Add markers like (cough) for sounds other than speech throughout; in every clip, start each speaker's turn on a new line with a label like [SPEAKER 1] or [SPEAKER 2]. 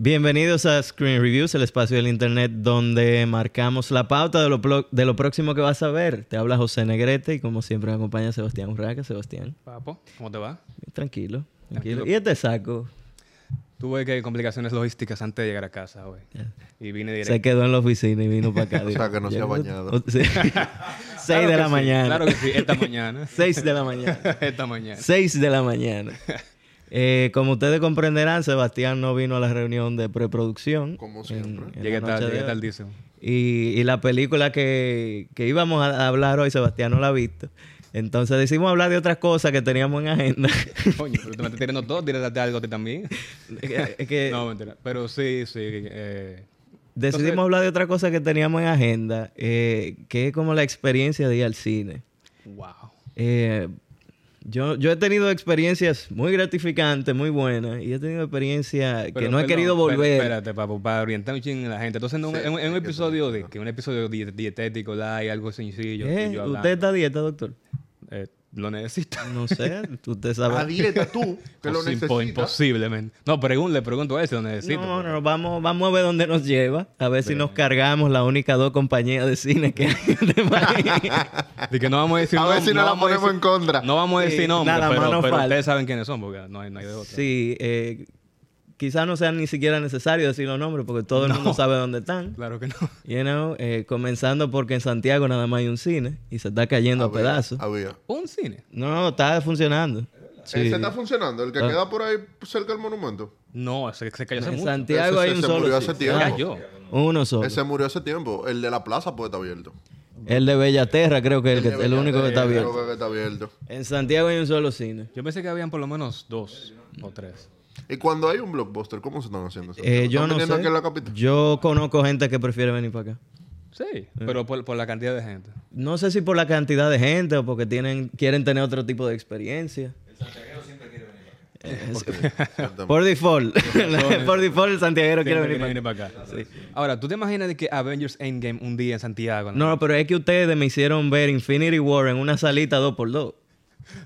[SPEAKER 1] Bienvenidos a Screen Reviews, el espacio del internet donde marcamos la pauta de lo, plo- de lo próximo que vas a ver. Te habla José Negrete y como siempre me acompaña Sebastián Urraca. Sebastián,
[SPEAKER 2] Papo, ¿cómo te va?
[SPEAKER 1] tranquilo, tranquilo.
[SPEAKER 2] Tranquilo.
[SPEAKER 1] Y este saco
[SPEAKER 2] Tuve que complicaciones logísticas antes de llegar a casa hoy. Y vine directo.
[SPEAKER 1] se quedó en la oficina y vino para acá.
[SPEAKER 3] (laughs) O sea, que no se ha bañado.
[SPEAKER 1] O- (laughs)
[SPEAKER 2] (laughs)
[SPEAKER 1] sí. Seis de
[SPEAKER 2] Claro que
[SPEAKER 1] la
[SPEAKER 2] sí,
[SPEAKER 1] mañana.
[SPEAKER 2] Claro que sí, esta mañana.
[SPEAKER 1] (laughs) Seis de la mañana.
[SPEAKER 2] (laughs) esta mañana.
[SPEAKER 1] 6 de la
[SPEAKER 2] (laughs)
[SPEAKER 1] mañana. Eh, como ustedes comprenderán, Sebastián no vino a la reunión de preproducción.
[SPEAKER 3] Como
[SPEAKER 1] en-
[SPEAKER 3] siempre.
[SPEAKER 1] en la
[SPEAKER 2] Llegué
[SPEAKER 1] noche
[SPEAKER 2] tarde,
[SPEAKER 1] de
[SPEAKER 2] llegué
[SPEAKER 1] hoy.
[SPEAKER 2] tardísimo.
[SPEAKER 1] Y, y la película que, que íbamos a hablar hoy, Sebastián no la ha visto. Entonces decidimos hablar de otras cosas que teníamos en
[SPEAKER 2] (laughs)
[SPEAKER 1] agenda. (laughs)
[SPEAKER 2] Coño, pero tú me estás tirando todo, tírate algo a ti también.
[SPEAKER 1] Es que
[SPEAKER 2] (laughs) No, mentira. Pero sí, sí. eh,
[SPEAKER 1] decidimos
[SPEAKER 2] entonces-
[SPEAKER 1] hablar de otra cosa que teníamos en agenda, eh, que es como la experiencia de ir al cine.
[SPEAKER 2] wow.
[SPEAKER 1] Eh, yo, yo he tenido experiencias muy gratificantes, muy buenas, y he tenido experiencias que
[SPEAKER 2] Pero,
[SPEAKER 1] no he
[SPEAKER 2] perdón,
[SPEAKER 1] querido
[SPEAKER 2] espera-
[SPEAKER 1] volver.
[SPEAKER 2] Espérate, papo, para orientar un chingo a la gente. Entonces, no,
[SPEAKER 3] Sí,
[SPEAKER 2] es un, es un
[SPEAKER 3] sí, que
[SPEAKER 2] episodio de que un episodio di- dietético, light, algo sencillo. tú y
[SPEAKER 1] ¿Eh? ¿Usted
[SPEAKER 2] yo hablando.
[SPEAKER 1] está a dieta, doctor?
[SPEAKER 2] Eh, lo necesita.
[SPEAKER 1] No sé, usted
[SPEAKER 3] (laughs) A
[SPEAKER 1] sabe.
[SPEAKER 3] dieta
[SPEAKER 1] (laughs)
[SPEAKER 3] tú, que lo
[SPEAKER 2] Impo-
[SPEAKER 3] necesitas.
[SPEAKER 2] Imposible, men. No, pregúntale, pregunto a ese lo pues. necesita.
[SPEAKER 1] No, no, no, vamos, vamos a ver dónde nos lleva, a ver si nos cargamos las únicas dos compañías de cine que hay en este país.
[SPEAKER 2] De que no vamos a decir
[SPEAKER 3] A ver si no la
[SPEAKER 2] vamos a
[SPEAKER 3] ponemos
[SPEAKER 2] decir-
[SPEAKER 3] en contra.
[SPEAKER 2] No vamos a
[SPEAKER 1] Sí,
[SPEAKER 2] decir nombres,
[SPEAKER 1] nada más
[SPEAKER 2] pero,
[SPEAKER 1] nos
[SPEAKER 2] pero
[SPEAKER 1] falta.
[SPEAKER 2] ustedes saben quiénes son, porque no hay, no hay de otra.
[SPEAKER 1] Sí, eh, quizás no sea ni siquiera necesario decir los nombres porque todo el mundo sabe dónde están.
[SPEAKER 2] Claro que no.
[SPEAKER 1] You know, eh, comenzando porque en Santiago nada más hay un cine y se está cayendo a
[SPEAKER 3] Había,
[SPEAKER 1] pedazos.
[SPEAKER 3] Había.
[SPEAKER 2] Un cine.
[SPEAKER 1] No, está funcionando. Sí.
[SPEAKER 3] ¿Ese está funcionando? ¿El que queda por ahí cerca del monumento?
[SPEAKER 2] No, se, se cayó hace
[SPEAKER 1] En
[SPEAKER 2] mucho.
[SPEAKER 1] Santiago
[SPEAKER 3] Ese
[SPEAKER 1] hay
[SPEAKER 3] se-
[SPEAKER 1] un
[SPEAKER 3] se
[SPEAKER 1] solo
[SPEAKER 3] murió hace
[SPEAKER 1] cine.
[SPEAKER 3] tiempo.
[SPEAKER 2] Se cayó.
[SPEAKER 1] Uno solo.
[SPEAKER 3] Ese murió hace tiempo. El de la plaza puede estar abierto.
[SPEAKER 1] El de Bellaterra creo que es el, que- el único que está
[SPEAKER 3] Creo
[SPEAKER 1] abierto.
[SPEAKER 3] que está abierto.
[SPEAKER 1] En Santiago hay un solo cine.
[SPEAKER 2] Yo pensé que habían por lo menos dos o tres.
[SPEAKER 3] Y cuando hay un blockbuster, ¿cómo se están haciendo eso?
[SPEAKER 1] Eh,
[SPEAKER 3] ¿Están
[SPEAKER 1] yo no
[SPEAKER 3] viniendo
[SPEAKER 1] sé.
[SPEAKER 3] aquí a
[SPEAKER 1] (laughs)
[SPEAKER 3] la capital?
[SPEAKER 1] Yo conozco gente que prefiere venir para acá.
[SPEAKER 2] Sí,
[SPEAKER 1] Mm.
[SPEAKER 2] pero por, por la cantidad de gente.
[SPEAKER 1] No sé si por la cantidad de gente o porque tienen quieren tener otro tipo de experiencia. El santiaguero siempre quiere venir para acá.
[SPEAKER 3] Ciertamente.
[SPEAKER 1] Por default. (laughs) por default el santiaguero quiere
[SPEAKER 2] Siempre
[SPEAKER 1] venir para
[SPEAKER 2] viene para acá. Ahora, ¿tú te imaginas de que Avengers Endgame un día en Santiago?
[SPEAKER 1] No, pero es que ustedes me hicieron ver Infinity War en una salita 2x2.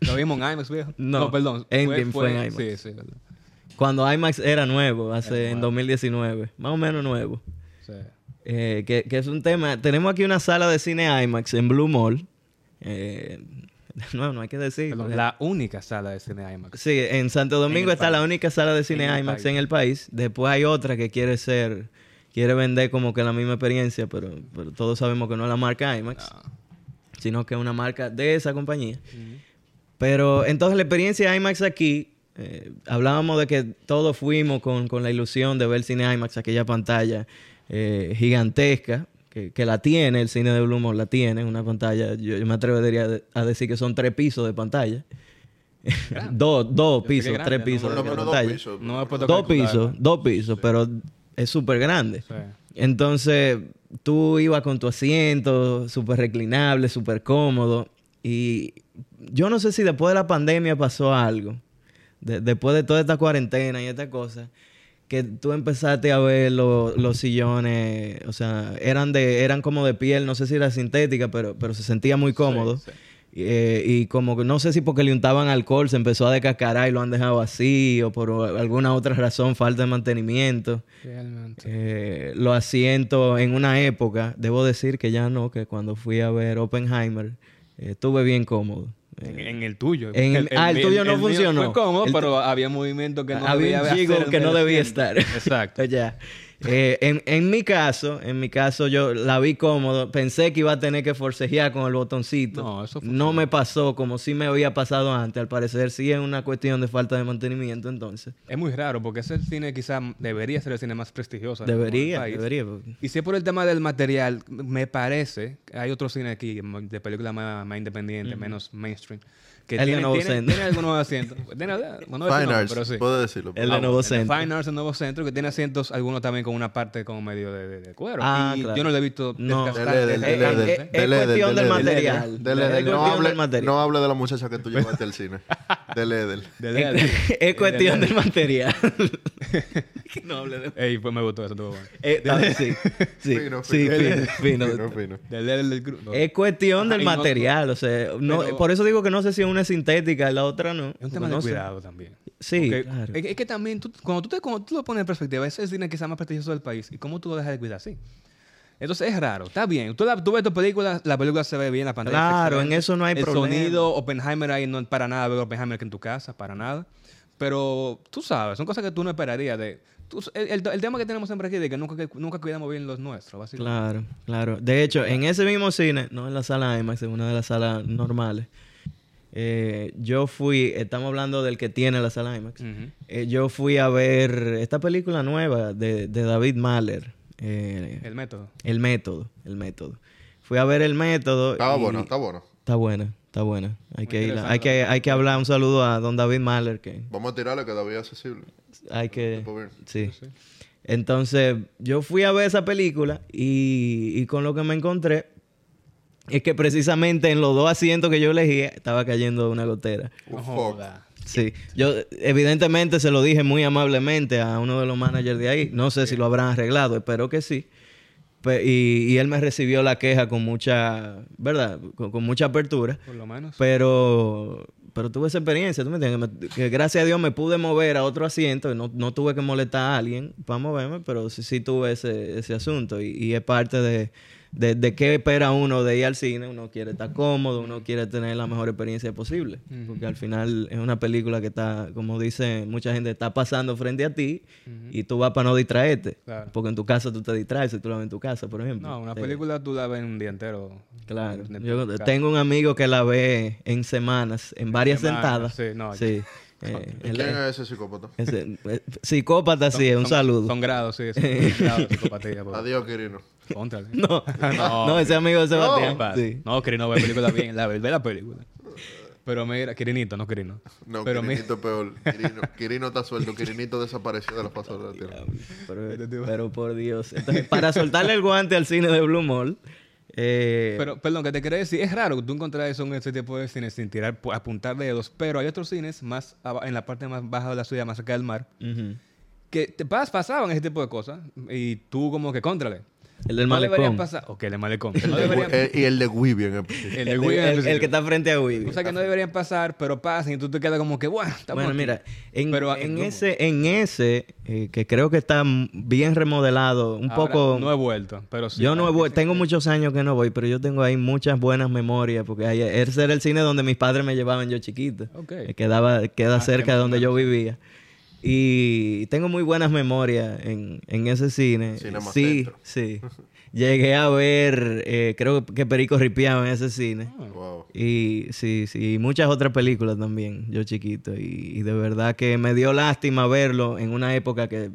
[SPEAKER 2] ¿Lo vimos en IMAX, viejo?
[SPEAKER 1] No,
[SPEAKER 2] perdón.
[SPEAKER 1] Endgame fue en IMAX.
[SPEAKER 2] Sí, sí, verdad.
[SPEAKER 1] Cuando IMAX era nuevo, hace en 2019. Más o menos nuevo.
[SPEAKER 2] Sí.
[SPEAKER 1] Eh, que, que es un tema. Tenemos aquí una sala de cine IMAX en Blue Mall. Eh, (laughs) no, no hay que decir.
[SPEAKER 2] Perdón,
[SPEAKER 1] porque-
[SPEAKER 2] la única sala de cine IMAX.
[SPEAKER 1] Sí, en Santo Domingo
[SPEAKER 2] el
[SPEAKER 1] está la única sala de cine
[SPEAKER 2] En el
[SPEAKER 1] IMAX
[SPEAKER 2] país.
[SPEAKER 1] en el país. Después hay otra que quiere ser, quiere vender como que la misma experiencia, pero, pero todos sabemos que no es la marca IMAX, sino que es una marca de esa compañía. Pero entonces la experiencia IMAX aquí, eh, hablábamos de que todos fuimos con, con la ilusión de ver el cine IMAX, aquella pantalla eh, gigantesca. Que, que la tiene, el cine de Blue Mall la tiene, una pantalla, yo, yo me atrevería de- a decir que son tres pisos de pantalla. (laughs) dos, dos
[SPEAKER 2] Yo sé que
[SPEAKER 1] pisos,
[SPEAKER 2] grande,
[SPEAKER 1] tres
[SPEAKER 2] ¿no?
[SPEAKER 1] pisos
[SPEAKER 3] Por
[SPEAKER 1] de
[SPEAKER 3] lo menos dos
[SPEAKER 1] pantalla.
[SPEAKER 3] pisos.
[SPEAKER 2] No me puedo
[SPEAKER 1] Dos
[SPEAKER 2] calcular.
[SPEAKER 1] pisos, dos pisos, pero es súper grande.
[SPEAKER 2] Sí.
[SPEAKER 1] Entonces, tú ibas con tu asiento, súper reclinable, súper cómodo. Y yo no sé si después de la pandemia pasó algo, de- después de toda esta cuarentena y esta cosa, que tú empezaste a ver lo- los sillones, o sea, eran, de, eran como de piel, no sé si era sintética, pero, pero se sentía muy cómodo.
[SPEAKER 2] sí.
[SPEAKER 1] Eh, y como que no sé si porque le untaban alcohol se empezó a descascarar y lo han dejado así, o por alguna otra razón, falta de mantenimiento.
[SPEAKER 2] Realmente.
[SPEAKER 1] Eh, los asientos en una época, debo decir que ya no, que cuando fui a ver Oppenheimer, eh, estuve bien cómodo. Eh,
[SPEAKER 2] En, en el tuyo.
[SPEAKER 1] en- ah, el tuyo no
[SPEAKER 2] mío
[SPEAKER 1] funcionó.
[SPEAKER 2] Fue cómodo,
[SPEAKER 1] El tu-
[SPEAKER 2] pero había movimiento que no
[SPEAKER 1] había
[SPEAKER 2] debía
[SPEAKER 1] un jigo
[SPEAKER 2] hacer en
[SPEAKER 1] que no
[SPEAKER 2] el
[SPEAKER 1] debía
[SPEAKER 2] asiento.
[SPEAKER 1] estar. (laughs)
[SPEAKER 2] Exacto.
[SPEAKER 1] Ya. Eh, en, en mi caso, en mi caso yo la vi cómodo, pensé que iba a tener que forcejear con el botoncito.
[SPEAKER 2] No, eso funcionó.
[SPEAKER 1] no me pasó como sí me había pasado antes, al parecer sí es una cuestión de falta de mantenimiento entonces.
[SPEAKER 2] Es muy raro porque ese cine quizás debería ser el cine más prestigioso. ahora mismo en el
[SPEAKER 1] Debería,
[SPEAKER 2] país.
[SPEAKER 1] debería.
[SPEAKER 2] (laughs)
[SPEAKER 1] porque- (laughs)
[SPEAKER 2] Y si es por el tema del material, me parece que hay otro cine aquí de películas más, más independientes, menos mainstream. Que
[SPEAKER 1] El de
[SPEAKER 2] tiene,
[SPEAKER 1] Nuevo
[SPEAKER 2] tiene-
[SPEAKER 1] Centro.
[SPEAKER 2] tiene
[SPEAKER 1] (laughs)
[SPEAKER 2] algunos asientos. Tiene- bueno, no es el
[SPEAKER 3] Fine
[SPEAKER 2] nombre,
[SPEAKER 3] Arts,
[SPEAKER 2] pero sí.
[SPEAKER 3] puedo decirlo.
[SPEAKER 1] El
[SPEAKER 2] Ah,
[SPEAKER 1] de Nuevo
[SPEAKER 2] bueno,
[SPEAKER 1] Centro.
[SPEAKER 2] Fine Arts, el Nuevo Centro, que tiene asientos, algunos también con una parte como medio de, de- de cuero.
[SPEAKER 1] Ah,
[SPEAKER 2] y
[SPEAKER 1] claro.
[SPEAKER 2] yo no lo he visto Eh,
[SPEAKER 1] No.
[SPEAKER 2] desgastar-
[SPEAKER 3] Dele, dele, dele,
[SPEAKER 2] desgastar-
[SPEAKER 3] dele,
[SPEAKER 1] Eh, Es- es
[SPEAKER 3] dele,
[SPEAKER 1] cuestión del
[SPEAKER 3] dele,
[SPEAKER 1] material.
[SPEAKER 3] dele, dele.
[SPEAKER 1] Es
[SPEAKER 3] No
[SPEAKER 1] cuestión
[SPEAKER 3] hable-
[SPEAKER 1] del material.
[SPEAKER 3] No hable de la muchacha que tú llevaste
[SPEAKER 1] (laughs)
[SPEAKER 3] al cine. Dele, dele.
[SPEAKER 2] dele, dele.
[SPEAKER 1] Este, es cuestión del
[SPEAKER 2] (laughs)
[SPEAKER 1] material. no hable de...
[SPEAKER 2] Ey, pues me gustó eso, estuvo bueno.
[SPEAKER 1] Eh, ah, sí, sí,
[SPEAKER 3] Fino,
[SPEAKER 1] sí,
[SPEAKER 3] fino.
[SPEAKER 1] fino, fino.
[SPEAKER 3] Fino, fino.
[SPEAKER 2] Del del del cru- no. Es
[SPEAKER 1] Es cuestión del
[SPEAKER 2] Ahí no-
[SPEAKER 1] material, o sea, no,
[SPEAKER 2] Pero-
[SPEAKER 1] por eso digo que no sé si una es sintética y la otra no.
[SPEAKER 2] un
[SPEAKER 1] porque
[SPEAKER 2] tema
[SPEAKER 1] no
[SPEAKER 2] de
[SPEAKER 1] sé.
[SPEAKER 2] cuidado también.
[SPEAKER 1] Sí,
[SPEAKER 2] Porque
[SPEAKER 1] claro.
[SPEAKER 2] es, que- es que también, tú- cuando, tú te, cuando tú lo pones en perspectiva, ese es el cine que está más prestigioso del país. ¿Y cómo tú lo dejas de cuidar así? Entonces es raro, está bien. Tú, la- tú ves tu película, la película se ve bien, la pantalla. está
[SPEAKER 1] Claro, en
[SPEAKER 2] excelente.
[SPEAKER 1] eso no hay
[SPEAKER 2] el
[SPEAKER 1] problema.
[SPEAKER 2] sonido, Oppenheimer ahí no es para nada, veo Oppenheimer que en tu casa, para nada. Pero tú sabes, son cosas que tú no esperarías. De, tú- el, el- el tema que tenemos siempre aquí de que nunca, que nunca cuidamos bien los nuestros, básicamente.
[SPEAKER 1] Claro, claro. De hecho, en ese mismo cine, no en la sala IMAX, en una de las salas normales, eh, yo fui, estamos hablando del que tiene la sala IMAX,
[SPEAKER 2] Ujú.
[SPEAKER 1] Eh, yo fui a ver esta película nueva de, de David Mahler, eh, el...
[SPEAKER 2] El método.
[SPEAKER 1] Método, El Método. Fui a ver El Método.
[SPEAKER 3] Estaba
[SPEAKER 1] y-
[SPEAKER 3] Ah, bueno, está bueno.
[SPEAKER 1] Está buena, está buena. Hay
[SPEAKER 2] Muy
[SPEAKER 1] que, ir a-
[SPEAKER 2] interesante.
[SPEAKER 1] hay, que, hay que hablar un saludo a don David Mahler, que
[SPEAKER 3] Vamos a tirarle que David es accesible.
[SPEAKER 1] hay que...
[SPEAKER 3] Tipo bien.
[SPEAKER 1] Sí. Entonces, yo fui a ver esa película y, y con lo que me encontré es que precisamente en los dos asientos que yo elegí estaba cayendo una gotera.
[SPEAKER 3] Oh,
[SPEAKER 2] No
[SPEAKER 3] fuck.
[SPEAKER 2] joda.
[SPEAKER 1] Sí, yo evidentemente se lo dije muy amablemente a uno de los managers de ahí. No sé si lo habrán arreglado, espero que sí. Pe- y, y él me recibió la queja con mucha, ¿verdad? Con, con mucha apertura.
[SPEAKER 2] Por lo menos.
[SPEAKER 1] Pues, Pero, pero tuve esa experiencia, ¿tú me entiendes? Que me- que gracias a Dios me pude mover a otro asiento, y no, no tuve que molestar a alguien para moverme, pero sí, sí tuve ese, ese asunto. Y, y es parte de, de, de qué espera uno de ir al cine. Uno quiere estar cómodo, uno quiere tener la mejor experiencia posible. Porque al final es una película que está, como dice mucha gente, está pasando frente a ti y tú vas para no distraerte.
[SPEAKER 2] Claro.
[SPEAKER 1] Porque en tu casa tú te distraes, si tú la ves en tu casa, por ejemplo. Eh,
[SPEAKER 2] no, una
[SPEAKER 1] Te-
[SPEAKER 2] película tú la ves un día entero.
[SPEAKER 1] Claro.
[SPEAKER 2] En- en-
[SPEAKER 1] Yo
[SPEAKER 2] claro.
[SPEAKER 1] tengo un amigo que la ve en semanas, en varias sentadas.
[SPEAKER 2] semanas, sí, no,
[SPEAKER 1] Sí. Eh,
[SPEAKER 3] ¿Y
[SPEAKER 1] él
[SPEAKER 3] ¿Quién
[SPEAKER 1] es-
[SPEAKER 3] es ese psicópata?
[SPEAKER 1] ese- eh, psicópata, sí, un
[SPEAKER 2] Son-
[SPEAKER 1] saludo.
[SPEAKER 2] Son grados, sí. Son grados de psicopatía. por-
[SPEAKER 3] Adiós, Quirino.
[SPEAKER 2] Contrale.
[SPEAKER 1] (laughs)
[SPEAKER 2] (laughs)
[SPEAKER 1] No, no, ese amigo de
[SPEAKER 3] Oh.
[SPEAKER 1] Sebastián.
[SPEAKER 2] Epa,
[SPEAKER 1] sí.
[SPEAKER 2] No, Kirino ve película bien. La ve ve la película. Pero mira, Kirinito, no Kirino.
[SPEAKER 3] No,
[SPEAKER 2] Pero mira,
[SPEAKER 3] Quirinito es peor. Quirino, Quirino está suelto. Quirinito desapareció de la faz de la tierra.
[SPEAKER 2] Este
[SPEAKER 1] Pero, pero por Dios. Entonces, para soltarle el guante al cine de Blue Mall. eh,
[SPEAKER 2] pero, perdón, que te quería decir, es raro que tú encontrar eso en ese tipo de cines sin tirar, pu- apuntar dedos, pero hay otros cines más aba- en la parte más baja de la ciudad, más cerca del mar,
[SPEAKER 1] ujú.
[SPEAKER 2] que te pas- pasaban ese tipo de cosas y tú como que contrale.
[SPEAKER 1] El del
[SPEAKER 2] no deberían
[SPEAKER 1] malecón.
[SPEAKER 2] pasar... Ok, el malecón.
[SPEAKER 3] El
[SPEAKER 2] No
[SPEAKER 3] de
[SPEAKER 2] deberían-
[SPEAKER 3] Wi- eh, y el de Weeby en específico.
[SPEAKER 2] el de
[SPEAKER 1] El, de-
[SPEAKER 2] Wii en
[SPEAKER 1] el- el que
[SPEAKER 2] específico.
[SPEAKER 1] está frente a Wii.
[SPEAKER 2] O sea que no deberían pasar, pero pasan y tú te quedas como que, bueno, Pues estamos
[SPEAKER 1] Bueno,
[SPEAKER 2] aquí".
[SPEAKER 1] mira, en,
[SPEAKER 2] Pero, ah,
[SPEAKER 1] en
[SPEAKER 2] ¿cómo?
[SPEAKER 1] ese, en ese eh, que creo que está mm, bien remodelado, un
[SPEAKER 2] Ahora,
[SPEAKER 1] poco...
[SPEAKER 2] No he vuelto, pero sí.
[SPEAKER 1] yo no he vuel- tengo muchos años que no voy, pero yo tengo ahí muchas buenas memorias, porque ahí- eh, ese era el cine donde mis padres me llevaban yo chiquito.
[SPEAKER 2] Ok.
[SPEAKER 1] Me quedaba, queda
[SPEAKER 2] Ah,
[SPEAKER 1] cerca
[SPEAKER 2] qué
[SPEAKER 1] de donde yo vivía. Y tengo muy buenas memorias en, en ese cine.
[SPEAKER 3] Cinema
[SPEAKER 1] sí,
[SPEAKER 3] Centro.
[SPEAKER 1] sí.
[SPEAKER 3] (laughs)
[SPEAKER 1] Llegué a ver, eh, creo que Perico ripiaba en ese cine.
[SPEAKER 3] Wow.
[SPEAKER 1] Y sí, sí, y muchas otras películas también, yo chiquito. Y, y de verdad que me dio lástima verlo en una época que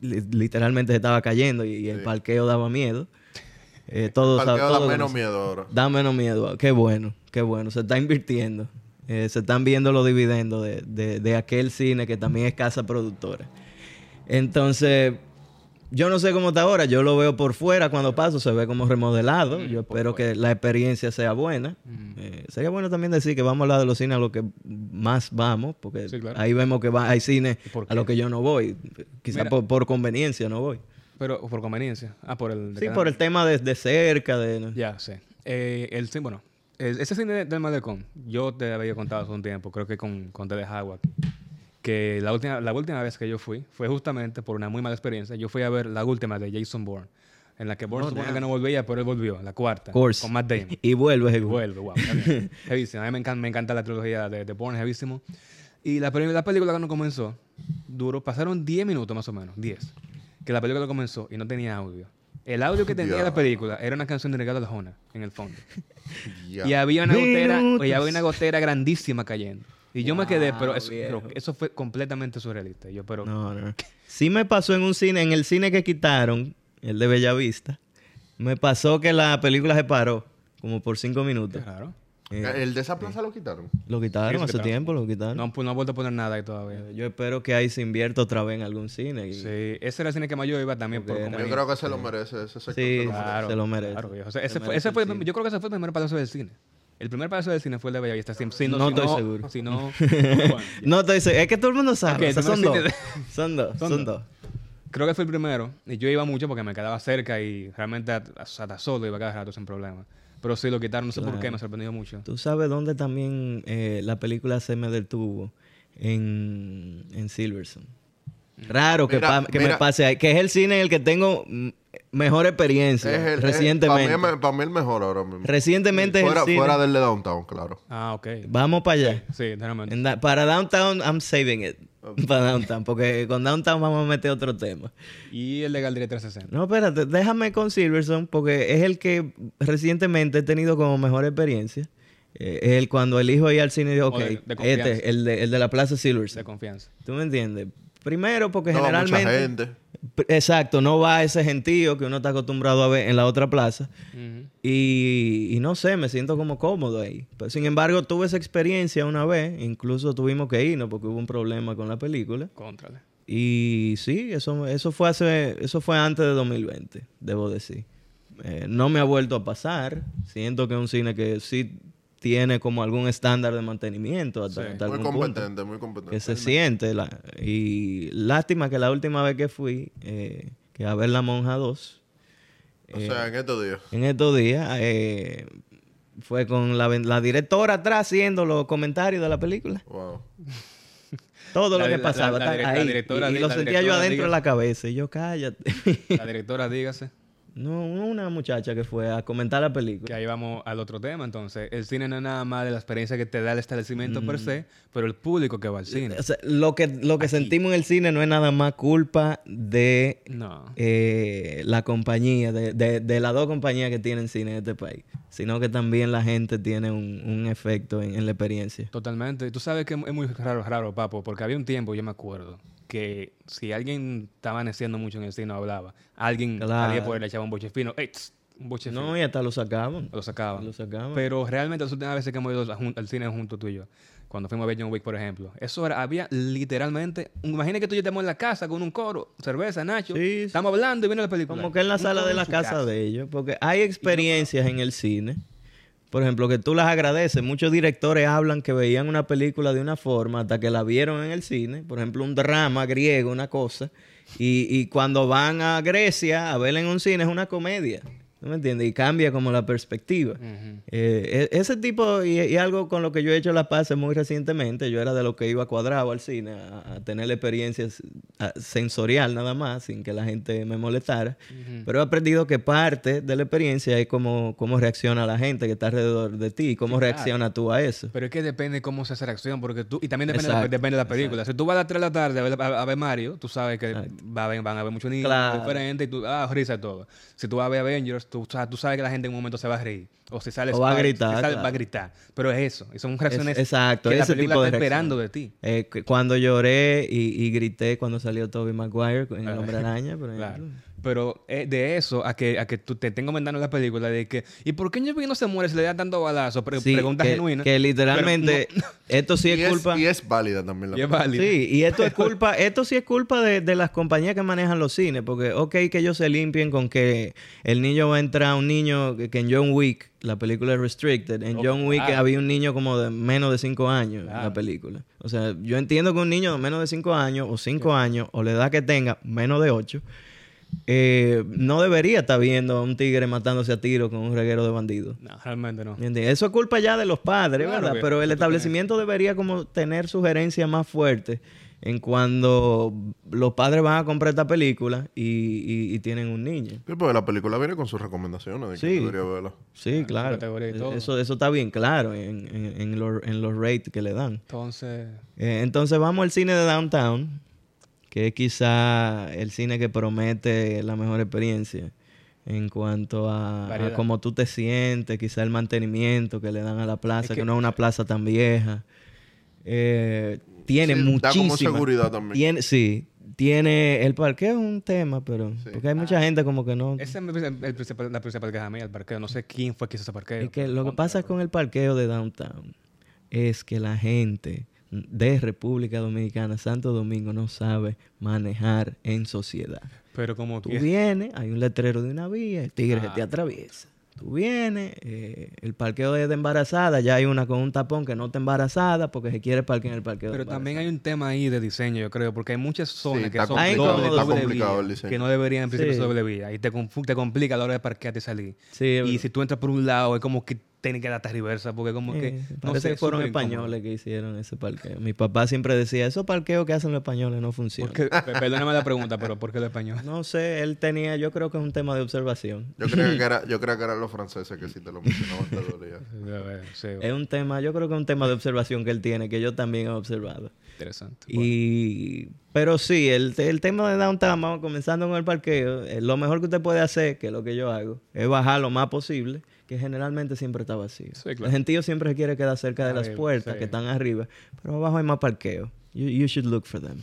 [SPEAKER 1] li- literalmente se estaba cayendo y, y el
[SPEAKER 3] Sí.
[SPEAKER 1] parqueo daba miedo. Eh, todo,
[SPEAKER 3] Parqueo
[SPEAKER 1] todo-
[SPEAKER 3] da
[SPEAKER 1] todo-
[SPEAKER 3] menos miedo ahora.
[SPEAKER 1] Da menos miedo. Ah, Qué bueno, qué bueno. Se está invirtiendo. Eh, se están viendo los dividendos de, de- de aquel cine que también es casa productora. Entonces, yo no sé cómo está ahora. Yo lo veo por fuera cuando paso. Se ve como remodelado.
[SPEAKER 2] Mm,
[SPEAKER 1] yo espero que la experiencia sea buena. Eh, sería bueno también decir que vamos a hablar de los cines a los que más vamos. Porque
[SPEAKER 2] Sí, claro.
[SPEAKER 1] ahí vemos que va, hay cines
[SPEAKER 2] por
[SPEAKER 1] a los que yo no voy. Quizás
[SPEAKER 2] Mira.
[SPEAKER 1] por, por conveniencia no voy.
[SPEAKER 2] Pero por conveniencia. Ah, por el. de
[SPEAKER 1] Sí,
[SPEAKER 2] cada-
[SPEAKER 1] por el tema de, de cerca. De,
[SPEAKER 2] Ya, sí. Eh, el, cin- bueno, el- ese cine de- del Malecón, yo te había contado hace un tiempo, creo que con, con Ted Howard, que la última, la última vez que yo fui fue justamente por una muy mala experiencia. Yo fui a ver la última de Jason Bourne, en la que Bourne supone que no volvía, pero él volvió, la cuarta,
[SPEAKER 1] Oh, Course.
[SPEAKER 2] con Matt Damon.
[SPEAKER 1] Y vuelve
[SPEAKER 2] Y vuelve, wow. está
[SPEAKER 3] (laughs)
[SPEAKER 2] bien. Heavísimo. A mí me encanta, me encanta la trilogía de, de Bourne, heavísimo. Y la, prim- la película cuando comenzó, duró, pasaron 10 minutos más o menos, 10, que la película comenzó y no tenía audio. El audio que tenía
[SPEAKER 3] Ya.
[SPEAKER 2] la película era una canción de Ricardo Arjona en el fondo.
[SPEAKER 3] Ya.
[SPEAKER 2] Y había una gotera,
[SPEAKER 1] Minutos.
[SPEAKER 2] y había una gotera grandísima cayendo. Y yo me quedé, pero
[SPEAKER 1] Wow,
[SPEAKER 2] eso, pero
[SPEAKER 1] viejo.
[SPEAKER 2] eso fue completamente surrealista. Y Yo, pero
[SPEAKER 1] No, no. Sí me pasó en un cine, en el cine que quitaron, el de Bellavista, me pasó que la película se paró, como por cinco minutos.
[SPEAKER 2] claro.
[SPEAKER 1] Eh,
[SPEAKER 3] ¿El de esa plaza lo quitaron?
[SPEAKER 1] lo
[SPEAKER 2] Sí,
[SPEAKER 1] quitaron
[SPEAKER 2] lo
[SPEAKER 1] hace
[SPEAKER 2] quitaron.
[SPEAKER 1] tiempo, lo quitaron.
[SPEAKER 2] No, han pu- no han vuelto a poner nada ahí todavía.
[SPEAKER 1] Eh, Yo espero que ahí se invierta otra vez en algún cine. y- sí,
[SPEAKER 2] Sí, ese era el cine que más yo iba también por
[SPEAKER 1] Porque era-
[SPEAKER 3] Yo
[SPEAKER 2] conveniencia.
[SPEAKER 3] creo que se lo merece. Ese sector
[SPEAKER 1] Sí. ah,
[SPEAKER 2] Claro,
[SPEAKER 3] se lo merece.
[SPEAKER 1] Se lo merece.
[SPEAKER 2] claro, viejo. O sea,
[SPEAKER 1] Se
[SPEAKER 2] ese fue-
[SPEAKER 1] merece
[SPEAKER 2] ese fue
[SPEAKER 1] el
[SPEAKER 2] el primer-
[SPEAKER 1] cine.
[SPEAKER 2] yo creo que ese fue el primer palacio del cine. El primer palacio del cine fue el de Bellavista. Si, si no,
[SPEAKER 1] No
[SPEAKER 2] si
[SPEAKER 1] estoy seguro. (laughs)
[SPEAKER 2] Si no, bueno, ya.
[SPEAKER 1] (laughs) No estoy seguro. Es que todo el mundo sabe.
[SPEAKER 2] Ok,
[SPEAKER 1] o sea, son,
[SPEAKER 2] entonces
[SPEAKER 1] dos.
[SPEAKER 2] el
[SPEAKER 1] son dos.
[SPEAKER 2] Son
[SPEAKER 1] Son
[SPEAKER 2] dos.
[SPEAKER 1] dos.
[SPEAKER 2] creo que fue el primero. Y yo iba mucho porque me quedaba cerca y realmente at- hasta solo iba cada rato sin problema. Pero sí lo quitaron, no sé por qué, me sorprendió mucho.
[SPEAKER 1] Tú sabes dónde también eh, la película se me detuvo. en, en Silverstone. Raro que,
[SPEAKER 3] Mm. Mira,
[SPEAKER 1] pa- que me
[SPEAKER 3] mira.
[SPEAKER 1] pase ahí. Que es el cine en el que tengo mm, mejor experiencia recientemente.
[SPEAKER 3] Para mí, el mejor ahora mismo.
[SPEAKER 1] Recientemente es el
[SPEAKER 3] fuera,
[SPEAKER 1] cine.
[SPEAKER 3] fuera del de Downtown, claro.
[SPEAKER 2] Ah, ok.
[SPEAKER 1] Vamos para allá.
[SPEAKER 2] Sí, realmente.
[SPEAKER 1] En da- para Downtown, I'm saving it. (laughs) Para Downtown, porque con Downtown vamos a meter otro tema.
[SPEAKER 2] Y el de Galería 360.
[SPEAKER 1] No, espérate, déjame con Silverson porque es el que recientemente he tenido como mejor experiencia. Eh, es el cuando elijo ir al cine y digo, ok,
[SPEAKER 2] O de- de confianza.
[SPEAKER 1] este, el de, el de la Plaza
[SPEAKER 2] De
[SPEAKER 1] Silverson.
[SPEAKER 2] confianza.
[SPEAKER 1] ¿Tú me entiendes? Primero porque
[SPEAKER 3] No,
[SPEAKER 1] Pues generalmente...
[SPEAKER 3] mucha gente.
[SPEAKER 1] P- Exacto, no va ese gentío que uno está acostumbrado a ver en la otra plaza.
[SPEAKER 2] Ujú.
[SPEAKER 1] Y, y no sé, me siento como cómodo ahí. Pero, sin embargo, tuve esa experiencia una vez, incluso tuvimos que irnos porque hubo un problema con la película. (laughs)
[SPEAKER 2] Contrale.
[SPEAKER 1] Y sí, eso, eso fue hace, eso fue antes de 2020, debo decir. Eh, no me ha vuelto a pasar. Siento que es un cine que sí tiene como algún estándar de mantenimiento hasta,
[SPEAKER 2] Sí.
[SPEAKER 1] hasta
[SPEAKER 3] Muy
[SPEAKER 1] algún punto
[SPEAKER 3] competente, muy competente.
[SPEAKER 1] que se siente. la- y lástima que la última vez que fui, eh, que a ver La Monja 2,
[SPEAKER 3] O
[SPEAKER 1] eh,
[SPEAKER 3] sea, en estos días.
[SPEAKER 1] en estos días, eh, fue con la, ven- la directora atrás haciendo los comentarios de la película.
[SPEAKER 3] Wow.
[SPEAKER 1] Todo
[SPEAKER 2] La-
[SPEAKER 1] lo que
[SPEAKER 2] la-
[SPEAKER 1] pasaba
[SPEAKER 2] la
[SPEAKER 1] estaba
[SPEAKER 2] direct- la
[SPEAKER 1] ahí.
[SPEAKER 2] directora
[SPEAKER 1] y, y
[SPEAKER 2] di-
[SPEAKER 1] lo
[SPEAKER 2] la
[SPEAKER 1] sentía yo
[SPEAKER 2] directora
[SPEAKER 1] adentro
[SPEAKER 2] diga-
[SPEAKER 1] de la cabeza. Y yo, cállate.
[SPEAKER 2] La directora, dígase.
[SPEAKER 1] no, una muchacha que fue a comentar la película.
[SPEAKER 2] Que ahí vamos al otro tema, entonces. El cine no es nada más de la experiencia que te da el establecimiento per
[SPEAKER 1] Mm.
[SPEAKER 2] se, pero el público que va al cine.
[SPEAKER 1] O sea, lo que, lo que sentimos en el cine no es nada más culpa de
[SPEAKER 2] No.
[SPEAKER 1] eh, la compañía, de, de- de las dos compañías que tienen cine en este país, sino que también la gente tiene un, un efecto en, en la experiencia.
[SPEAKER 2] Totalmente. Tú sabes que es muy raro, raro, papo, porque había un tiempo, yo me acuerdo, que si alguien estaba amaneciendo mucho en el cine o hablaba, alguien
[SPEAKER 1] Claro.
[SPEAKER 2] salía por él, le echaba un boche fino, ¡Ey, tss! un boche fino,
[SPEAKER 1] No, y hasta lo sacaban.
[SPEAKER 2] lo sacaba.
[SPEAKER 1] Lo sacaban.
[SPEAKER 2] Pero realmente las últimas veces que hemos ido a jun- al cine junto tú y yo, cuando fuimos a ver John Wick, por ejemplo, eso era, había literalmente, imagina que tú y yo estamos en la casa con un coro, cerveza, Nacho,
[SPEAKER 1] Sí, sí.
[SPEAKER 2] estamos hablando y viene la película.
[SPEAKER 1] Como que en la
[SPEAKER 2] Un
[SPEAKER 1] sala
[SPEAKER 2] coro
[SPEAKER 1] de
[SPEAKER 2] en
[SPEAKER 1] la
[SPEAKER 2] su
[SPEAKER 1] casa, de ellos, porque hay experiencias en el cine, por ejemplo, que tú las agradeces. Muchos directores hablan que veían una película de una forma hasta que la vieron en el cine, por ejemplo, un drama griego, una cosa, y, y cuando van a Grecia a verla en un cine es una comedia. ¿Tú me entiendes? Y cambia como la perspectiva.
[SPEAKER 2] Ujú.
[SPEAKER 1] Eh, e- ese tipo, y, y algo con lo que yo he hecho las paces muy recientemente, yo era de los que iba cuadrado al cine a, a tener la experiencia s- a- sensorial nada más, sin que la gente me molestara, pero he aprendido que parte de la experiencia es cómo, cómo reacciona la gente que está alrededor de ti, y cómo reacciona tú a eso.
[SPEAKER 2] Pero es que depende cómo se hace la acción, porque tú, y también depende, de la-
[SPEAKER 1] Exacto,
[SPEAKER 2] depende de la película. Si tú vas a las 3 de la tarde a ver, a- a ver Mario, tú sabes que va a haber- van a haber muchos niños
[SPEAKER 1] Claro.
[SPEAKER 2] diferentes y tú, ah, risa de todo. Si tú vas a ver Avengers, tú, sa- tú sabes que la gente en un momento se va a reír. O si sale
[SPEAKER 1] O va a
[SPEAKER 2] Spidey,
[SPEAKER 1] gritar,
[SPEAKER 2] si sale,
[SPEAKER 1] claro.
[SPEAKER 2] va a gritar. Pero es eso. Y son reacciones
[SPEAKER 1] Es- exacto,
[SPEAKER 2] que la
[SPEAKER 1] ese
[SPEAKER 2] película
[SPEAKER 1] tipo de
[SPEAKER 2] está
[SPEAKER 1] reacción.
[SPEAKER 2] esperando de ti.
[SPEAKER 1] Eh, cu- cuando lloré y, y grité cuando salió Toby Maguire en El Hombre Araña, por ejemplo.
[SPEAKER 2] (laughs) Claro. Pero eh, de eso a que, a que tú te estén comentando la película de que, ¿y por qué John Wick no se muere si le dan tanto balazo? Pre-
[SPEAKER 1] Sí,
[SPEAKER 2] pregunta
[SPEAKER 1] que,
[SPEAKER 2] genuina.
[SPEAKER 1] que literalmente,
[SPEAKER 2] Pero
[SPEAKER 1] esto sí
[SPEAKER 2] (laughs)
[SPEAKER 3] Y
[SPEAKER 1] es,
[SPEAKER 3] es,
[SPEAKER 1] culpa...
[SPEAKER 3] y es válida también la
[SPEAKER 2] Y es válido.
[SPEAKER 1] Sí, y
[SPEAKER 2] (laughs)
[SPEAKER 1] esto es culpa, esto sí es culpa de, de las compañías que manejan los cines, porque ok que ellos se limpien con que el niño va a entrar, un niño que, que en John Wick, la película es restricted, en
[SPEAKER 2] Oh,
[SPEAKER 1] John Wick
[SPEAKER 2] claro.
[SPEAKER 1] había un niño como de menos de 5 años en
[SPEAKER 2] Claro.
[SPEAKER 1] la película. O sea, yo entiendo que un niño de menos de 5 años o 5 años o la edad que tenga, menos de 8, no debería estar viendo a un tigre matándose a tiro con un reguero de bandidos.
[SPEAKER 2] No, realmente no.
[SPEAKER 1] ¿Entiendes? Eso es culpa ya de los padres,
[SPEAKER 2] Claro,
[SPEAKER 1] ¿verdad?
[SPEAKER 2] que-
[SPEAKER 1] Pero el
[SPEAKER 2] que tú
[SPEAKER 1] establecimiento debería como tener sugerencias más fuertes en cuando los padres van a comprar esta película y, y- y tienen un niño.
[SPEAKER 3] Sí, porque la película viene con sus recomendaciones de que
[SPEAKER 1] Sí.
[SPEAKER 3] debería verla.
[SPEAKER 1] Sí, claro. E,
[SPEAKER 2] categoría y todo.
[SPEAKER 1] Eso, eso está bien claro en, en- en los, en los rates que le dan.
[SPEAKER 2] Entonces,
[SPEAKER 1] Eh, entonces vamos al cine de Downtown, que es quizá el cine que promete la mejor experiencia en cuanto a, a
[SPEAKER 2] Variedad.
[SPEAKER 1] cómo tú te sientes, quizá el mantenimiento que le dan a la plaza,
[SPEAKER 2] Es
[SPEAKER 1] que,
[SPEAKER 2] que-
[SPEAKER 1] no es una plaza tan vieja. Eh, tiene
[SPEAKER 3] Sí, da como
[SPEAKER 1] muchísima...
[SPEAKER 3] seguridad también.
[SPEAKER 1] Tiene, sí, tiene... El parqueo es un tema, pero... Porque hay mucha gente como que no...
[SPEAKER 2] esa Ah. es mi- el principal- la principal queja mía, el parqueo. No sé quién fue que hizo ese parqueo.
[SPEAKER 1] Es que lo que pasa con el parqueo de Downtown es que la gente de República Dominicana, Santo Domingo, no sabe manejar en sociedad.
[SPEAKER 2] Pero como
[SPEAKER 1] Tú
[SPEAKER 2] que...
[SPEAKER 1] vienes, hay un letrero de una vía, el tigre se te
[SPEAKER 2] Ah.
[SPEAKER 1] atraviesa. Tú vienes, eh, el parqueo es de embarazada, ya hay una con un tapón que no está embarazada porque se quiere parquear en el parqueo. de
[SPEAKER 2] Pero
[SPEAKER 1] embarazada.
[SPEAKER 2] también hay un tema ahí de diseño, yo creo, porque hay muchas zonas
[SPEAKER 3] Sí,
[SPEAKER 2] que
[SPEAKER 3] está
[SPEAKER 2] son
[SPEAKER 1] complicado,
[SPEAKER 2] doble-
[SPEAKER 1] está
[SPEAKER 2] doble
[SPEAKER 3] complicado
[SPEAKER 2] vía,
[SPEAKER 3] el diseño.
[SPEAKER 2] que no deberían en principio
[SPEAKER 1] Sí.
[SPEAKER 2] ser doble vía y te, confu- te complica a la hora de parquearte y salir.
[SPEAKER 1] Sí, es
[SPEAKER 2] y
[SPEAKER 1] verdad.
[SPEAKER 2] si tú entras por un lado, es como que técnica de la reversa, porque como que...
[SPEAKER 1] Eh,
[SPEAKER 2] no
[SPEAKER 1] parece
[SPEAKER 2] sé,
[SPEAKER 1] que
[SPEAKER 2] es
[SPEAKER 1] fueron
[SPEAKER 2] súper incómodo.
[SPEAKER 1] españoles que hicieron ese parqueo. Mi papá siempre decía, esos parqueos que hacen los españoles no funcionan. (laughs)
[SPEAKER 2] Porque, pe- perdóname la pregunta, pero ¿por qué el español?
[SPEAKER 1] No sé, él tenía, yo creo que es un tema de observación.
[SPEAKER 3] Yo creo que era, yo creo que eran los franceses que si te lo mencionaban te dolía.
[SPEAKER 2] Sí,
[SPEAKER 1] Es un tema, yo creo que es un tema de observación que él tiene, que yo también he observado.
[SPEAKER 2] interesante.
[SPEAKER 1] Y, pero sí, el, el tema de Downtown, vamos comenzando con el parqueo, eh, lo mejor que usted puede hacer, que es lo que yo hago, es bajar lo más posible, que generalmente siempre está vacío.
[SPEAKER 2] Sí, claro.
[SPEAKER 1] El gentío siempre se quiere quedar cerca de las
[SPEAKER 2] Arriba,
[SPEAKER 1] puertas
[SPEAKER 2] sí.
[SPEAKER 1] que están arriba, pero abajo hay más parqueo. You, you should look for
[SPEAKER 2] (laughs)
[SPEAKER 1] them.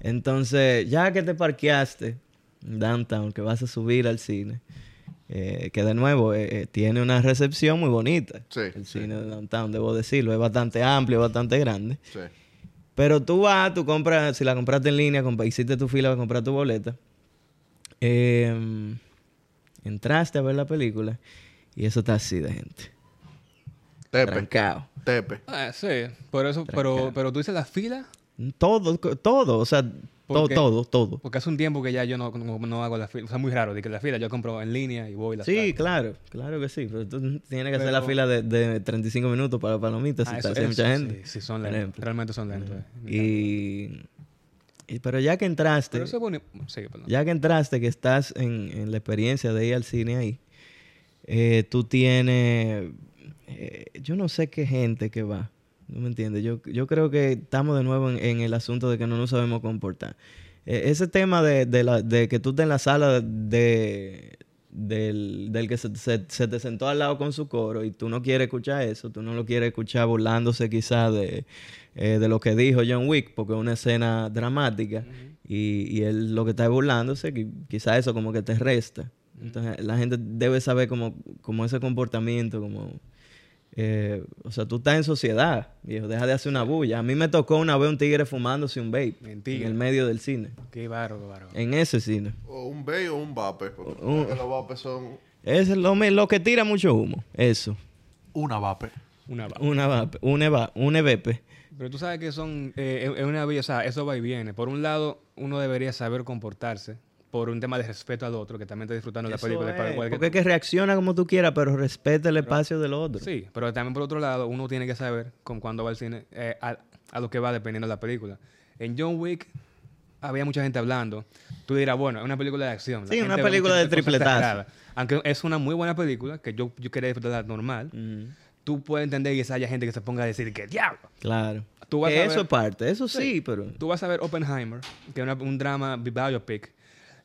[SPEAKER 1] Entonces, ya que te parqueaste Downtown, que vas a subir al cine, eh, que de nuevo eh, eh, tiene una recepción muy bonita.
[SPEAKER 3] Sí,
[SPEAKER 1] el
[SPEAKER 3] sí.
[SPEAKER 1] cine de Downtown, debo decirlo, es bastante amplio, bastante grande.
[SPEAKER 3] Sí.
[SPEAKER 1] Pero tú vas, tú compras, si la compraste en línea, compa- hiciste tu fila para comprar tu boleta. eh, entraste a ver la película y eso está así de gente.
[SPEAKER 3] Tepe.
[SPEAKER 1] Trancado.
[SPEAKER 3] Tepe.
[SPEAKER 2] Ah, sí, por eso, pero, pero tú dices la fila,
[SPEAKER 1] Todo, co- todo, o sea, todo,
[SPEAKER 2] qué?
[SPEAKER 1] todo, todo.
[SPEAKER 2] porque hace un tiempo que ya yo no, no, no hago la fila. O sea, muy raro de que la fila yo compro en línea y voy y la
[SPEAKER 1] Sí, claro, claro que sí. Pero tú tienes que hacer la
[SPEAKER 2] Pero-
[SPEAKER 1] fila de, de 35 minutos para palomitas si está así mucha gente.
[SPEAKER 2] Ah, Sí, sí, son
[SPEAKER 1] por
[SPEAKER 2] lentos.
[SPEAKER 1] ejemplo. Mm.
[SPEAKER 2] Realmente son lentos. eh.
[SPEAKER 1] Y, y- Pero ya que entraste.
[SPEAKER 2] Pero eso es bonito. Sí, perdón.
[SPEAKER 1] Ya que entraste, que estás en, en la experiencia de ir al cine ahí, eh, tú tienes, eh, yo no sé qué gente que va, no me entiendes, yo, yo creo que estamos de nuevo en, en el asunto de que no nos sabemos comportar. Eh, ese tema de, de la- de que tú estés en la sala de, del, del que se, se- se te sentó al lado con su coro y tú no quieres escuchar eso, tú no lo quieres escuchar burlándose quizás de, eh, de lo que dijo John Wick, porque es una escena dramática y, y él lo que está burlándose, quizás eso como que te resta. Entonces la gente debe saber como, como ese comportamiento, como... eh, o sea, tú estás en sociedad, viejo, deja de hacer una bulla. A mí me tocó una vez un tigre fumándose un vape
[SPEAKER 2] Mentira.
[SPEAKER 1] en el medio del cine,
[SPEAKER 2] Qué bárbaro, qué bárbaro.
[SPEAKER 1] en ese cine.
[SPEAKER 3] O un bay o un vape. porque
[SPEAKER 1] Un-
[SPEAKER 3] los vapes son
[SPEAKER 1] Es lo, me- lo que tira mucho humo, eso.
[SPEAKER 3] una vape.
[SPEAKER 2] Una va-
[SPEAKER 1] Una vape, un, eva, un EVP.
[SPEAKER 2] Pero tú sabes que son. eh, es- es una vida, o sea, eso va y viene. Por un lado, uno debería saber comportarse por un tema de respeto al otro, que también está disfrutando de la
[SPEAKER 1] Eso
[SPEAKER 2] película. para
[SPEAKER 1] es,
[SPEAKER 2] igual que
[SPEAKER 1] porque es que reacciona como tú quieras, pero respeta el espacio del otro.
[SPEAKER 2] Sí, pero también por otro lado, uno tiene que saber con cuándo va al cine, eh, a, a lo que va dependiendo de la película. En John Wick había mucha gente hablando. Tú dirás, bueno, es una película de acción. La
[SPEAKER 1] Sí, una
[SPEAKER 2] gente ve
[SPEAKER 1] película de
[SPEAKER 2] muchas cosas
[SPEAKER 1] tripletazo.
[SPEAKER 2] exageradas. Aunque es una muy buena película, que yo, yo quería disfrutarla normal,
[SPEAKER 1] Mm,
[SPEAKER 2] tú puedes entender que haya gente que se ponga a decir que diablo.
[SPEAKER 1] claro.
[SPEAKER 2] Tú vas
[SPEAKER 1] Que
[SPEAKER 2] a
[SPEAKER 1] eso
[SPEAKER 2] ver-
[SPEAKER 1] es parte, eso sí, pero...
[SPEAKER 2] Tú vas a ver Oppenheimer, que es una- un drama biopic.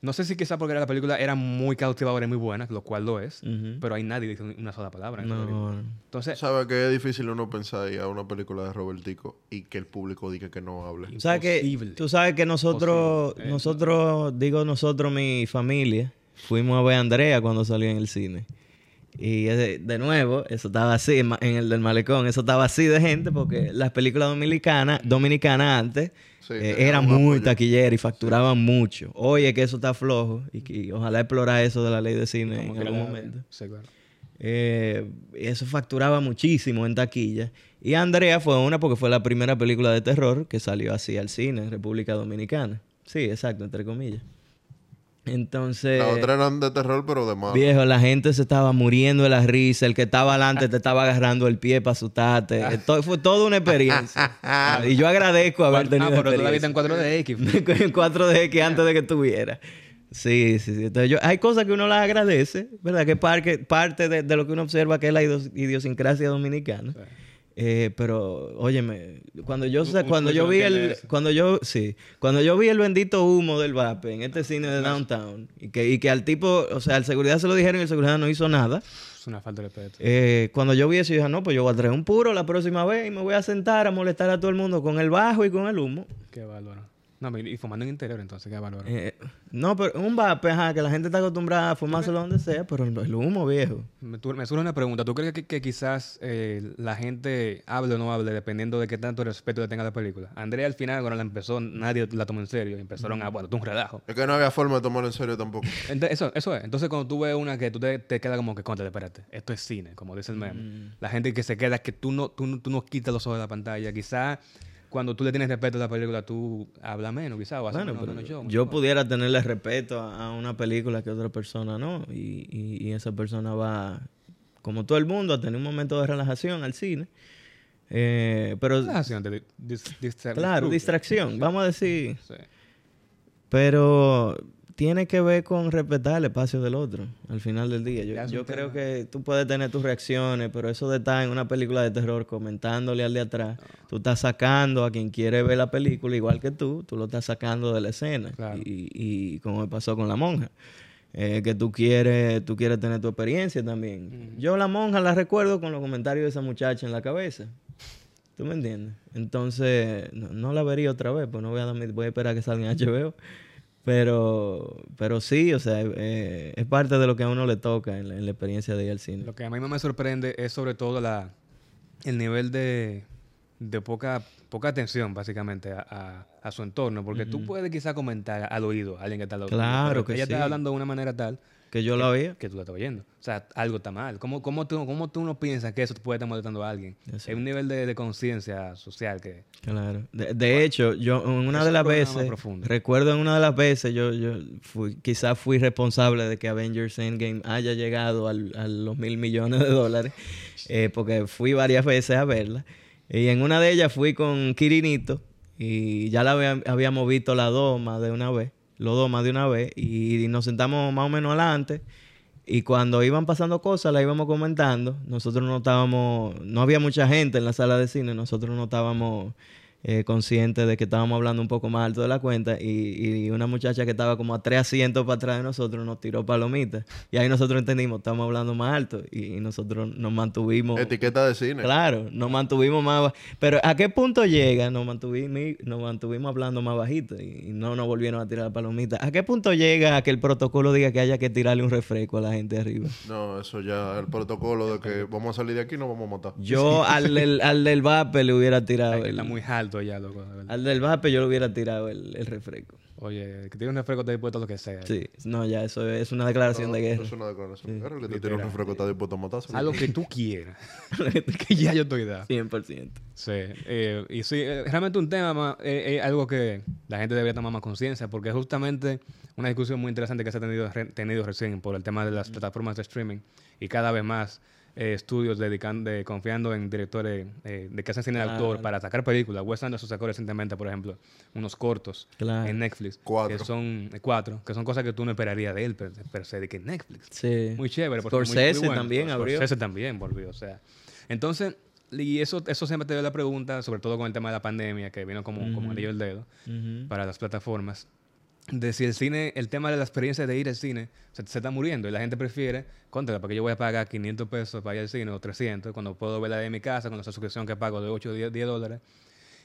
[SPEAKER 2] No sé si quizá porque la película era muy cautivadora y muy buena, lo cual lo es,
[SPEAKER 1] Ujú.
[SPEAKER 2] pero hay nadie dice una sola palabra. en esa película.
[SPEAKER 1] Mm. No,
[SPEAKER 2] Entonces,
[SPEAKER 3] ¿Sabes que es difícil uno pensar y a una película de Robertico y que el público diga que no hable?
[SPEAKER 1] Tú sabes
[SPEAKER 2] Imposible.
[SPEAKER 1] que, tú sabes que nosotros,
[SPEAKER 2] Imposible. Eh,
[SPEAKER 1] nosotros, digo nosotros, mi familia, fuimos a ver a Andrea cuando salió en el cine. Y ese- de nuevo, eso estaba así, en ma- en el del malecón, eso estaba así de gente porque las películas dominicanas, dominicanas antes
[SPEAKER 3] Sí,
[SPEAKER 1] eh,
[SPEAKER 3] tenían
[SPEAKER 1] eran
[SPEAKER 3] un
[SPEAKER 1] muy
[SPEAKER 3] apoyo.
[SPEAKER 1] taquilleras y facturaban mucho. Hoy es que eso está flojo y, que- y ojalá explorar eso de la ley de cine
[SPEAKER 2] como
[SPEAKER 1] en
[SPEAKER 2] que
[SPEAKER 1] algún
[SPEAKER 2] la-
[SPEAKER 1] momento.
[SPEAKER 2] Sí, claro.
[SPEAKER 1] Eh, eso facturaba muchísimo en taquilla. Y Andrea fue una porque fue la primera película de terror que salió así al cine en República Dominicana. Sí, exacto, entre comillas. Entonces,
[SPEAKER 3] Las otras eran de terror, pero de más.
[SPEAKER 1] viejo, la gente se estaba muriendo de la risa. El que estaba adelante te estaba agarrando el pie para asustarte.
[SPEAKER 2] (laughs)
[SPEAKER 1] Eh, to- fue toda una experiencia. y yo agradezco haber
[SPEAKER 2] Ah,
[SPEAKER 1] tenido
[SPEAKER 2] pero tú la viste
[SPEAKER 1] experiencia. (laughs)
[SPEAKER 2] en 4DX.
[SPEAKER 1] en 4D que antes de que tuviera. Sí, sí, sí. Entonces, yo, hay cosas que uno las agradece, ¿verdad? Que parque- parte de, de lo que uno observa que es la idos- idiosincrasia dominicana. Eh, pero, óyeme, cuando yo, sa-
[SPEAKER 2] Un- un
[SPEAKER 1] cuando yo
[SPEAKER 2] sueño
[SPEAKER 1] vi
[SPEAKER 2] tiene
[SPEAKER 1] el,
[SPEAKER 2] eso.
[SPEAKER 1] cuando yo, sí, cuando yo vi el bendito humo del vape en este cine de Downtown, y que, y que al tipo, o sea, al seguridad se lo dijeron y el seguridad no hizo nada,
[SPEAKER 2] Es una falta de respeto.
[SPEAKER 1] eh, cuando yo vi eso, yo dije, no, pues yo voy a traer un puro la próxima vez y me voy a sentar a molestar a todo el mundo con el bajo y con el humo.
[SPEAKER 2] Qué bárbaro. No, mi- y fumando en interior, entonces, qué bárbaro.
[SPEAKER 1] Eh, no, pero un vape, ajá, que la gente está acostumbrada a fumárselo donde sea, pero el el humo, viejo.
[SPEAKER 2] Me, tu- me surge una pregunta. ¿Tú crees que, que quizás eh, la gente hable o no hable dependiendo de qué tanto respeto le tenga a la película? Andrea al final, cuando la empezó, nadie la tomó en serio. y Empezaron
[SPEAKER 1] Mm.
[SPEAKER 2] a, bueno, tú un relajo.
[SPEAKER 3] Es que no había forma de tomarlo en serio tampoco.
[SPEAKER 2] Ente- eso, eso es. Entonces, cuando tú ves una que tú te, te quedas como que, contra, espérate, esto es cine, como dice el meme.
[SPEAKER 1] Mm.
[SPEAKER 2] La gente que se queda, que tú no, tú, no- tú no quitas los ojos de la pantalla. Quizás cuando tú le tienes respeto a la película, tú hablas menos, quizás, o haces
[SPEAKER 1] Bueno,
[SPEAKER 2] menos-
[SPEAKER 1] pero
[SPEAKER 2] menos show,
[SPEAKER 1] yo,
[SPEAKER 2] menos cosas.
[SPEAKER 1] pudiera tenerle respeto a, a una película que otra persona no, y, y- y esa persona va como todo el mundo, a tener un momento de relajación al cine. Eh, pero,
[SPEAKER 2] Relajación de Ah, dis- distra-
[SPEAKER 1] claro,
[SPEAKER 2] disfrute.
[SPEAKER 1] distracción, vamos a decir.
[SPEAKER 2] Sí.
[SPEAKER 1] Pero tiene que ver con respetar el espacio del otro al final del día.
[SPEAKER 2] Ya
[SPEAKER 1] Yo,
[SPEAKER 2] es
[SPEAKER 1] yo
[SPEAKER 2] un
[SPEAKER 1] creo
[SPEAKER 2] tema.
[SPEAKER 1] que tú puedes tener tus reacciones, pero eso de estar en una película de terror comentándole al de atrás, tú estás sacando a quien quiere ver la película igual que tú, tú lo estás sacando de la escena.
[SPEAKER 2] Claro.
[SPEAKER 1] Y, y como me pasó con la monja. eh, que tú quieres, tú quieres tener tu experiencia también. Yo la monja la recuerdo con los comentarios de esa muchacha en la cabeza. ¿Tú me entiendes? Entonces, no, no la vería otra vez, pues no voy a, dar mi- voy a esperar a que salga en HBO. Pero, pero sí, o sea, eh, es parte de lo que a uno le toca en la, en la experiencia de ir al cine.
[SPEAKER 2] Lo que a mí más me sorprende es sobre todo la, el nivel de, de poca, poca atención, básicamente, a, a- a su entorno. Porque tú puedes quizá comentar al oído a alguien que está al lado tuyo,
[SPEAKER 1] Claro
[SPEAKER 2] pero
[SPEAKER 1] que
[SPEAKER 2] ella
[SPEAKER 1] sí.
[SPEAKER 2] está hablando de una manera tal
[SPEAKER 1] Que yo la veía.
[SPEAKER 2] que tú la estás oyendo. O sea, algo está mal. ¿Cómo, cómo, tú, cómo tú no piensas que eso te puede estar molestando a alguien?
[SPEAKER 1] Exacto.
[SPEAKER 2] Hay un nivel de, de conciencia social que...
[SPEAKER 1] Claro. De, de hecho, yo en una
[SPEAKER 2] es
[SPEAKER 1] de
[SPEAKER 2] un
[SPEAKER 1] las
[SPEAKER 2] problema más
[SPEAKER 1] veces,
[SPEAKER 2] profundo.
[SPEAKER 1] recuerdo en una de las veces, yo, yo fui, quizás fui responsable de que Avengers Endgame haya llegado al- a los mil millones de dólares, eh, porque fui varias veces a verla. Y en una de ellas fui con Kirinito y ya la había- habíamos visto la doma de una vez, los domas de una vez, y nos sentamos más o menos adelante. Y cuando iban pasando cosas, las íbamos comentando. Nosotros no estábamos, no había mucha gente en la sala de cine, nosotros no estábamos eh, conscientes de que estábamos hablando un poco más alto de la cuenta. Y, y una muchacha que estaba como a tres asientos para atrás de nosotros nos tiró palomitas. Y ahí nosotros entendimos, estamos hablando más alto. Y, nosotros nos mantuvimos.
[SPEAKER 3] Etiqueta de cine.
[SPEAKER 1] Claro, nos mantuvimos más. ba- Pero ¿a qué punto llega? Nos mantuvimos, nos mantuvimos hablando más bajito y y no nos volvieron a tirar palomitas. ¿A qué punto llega que el protocolo diga que haya que tirarle un refresco a la gente arriba?
[SPEAKER 3] No, eso ya, el protocolo de que vamos a salir de aquí y nos vamos a matar.
[SPEAKER 1] Yo al, del- al del vape le hubiera tirado.
[SPEAKER 2] que
[SPEAKER 1] el-
[SPEAKER 2] está muy alto ya, loco. de verdad.
[SPEAKER 1] al del vape yo le hubiera tirado el, el refresco.
[SPEAKER 2] Oye, que tiene un refresco, está dispuesto a lo que sea.
[SPEAKER 1] Sí, no, ya, eso es una declaración de
[SPEAKER 3] Ah, Eso
[SPEAKER 1] guerra.
[SPEAKER 3] es una declaración de guerra. Le tiro un refresco, está dispuesto a matarse.
[SPEAKER 2] A lo que tú quieras. (laughs)
[SPEAKER 1] (laughs)
[SPEAKER 2] que ya yo estoy dado.
[SPEAKER 1] 100%.
[SPEAKER 2] Sí, eh, y sí, eh, realmente un tema, ma- eh, eh, algo que la gente debería tomar más conciencia, porque es justamente una discusión muy interesante que se ha tenido, re- tenido recién por el tema de las plataformas de streaming y cada vez más eh, estudios dedicando, de- confiando en directores eh, de que hacen cine de autor para sacar películas. Wes Anderson sacó recientemente, por ejemplo, unos cortos
[SPEAKER 1] Claro.
[SPEAKER 2] en Netflix,
[SPEAKER 3] Cuatro.
[SPEAKER 2] que son eh, cuatro, que son cosas que tú no esperarías de él, pero, pero se de que Netflix.
[SPEAKER 1] Sí.
[SPEAKER 2] Muy chévere. porque muy-
[SPEAKER 1] Scorsese
[SPEAKER 2] muy bueno.
[SPEAKER 1] también abrió.
[SPEAKER 2] Scorsese también volvió, o sea. Entonces, y eso, eso siempre te dio la pregunta, sobre todo con el tema de la pandemia, que vino como, como anillo al dedo
[SPEAKER 1] Ujú.
[SPEAKER 2] para las plataformas, de si el cine, el tema de la experiencia de ir al cine se, se está muriendo y la gente prefiere, contra, porque yo voy a pagar 500 pesos para ir al cine o 300 cuando puedo verla de mi casa con la suscripción que pago de 8 o 10, 10 dólares.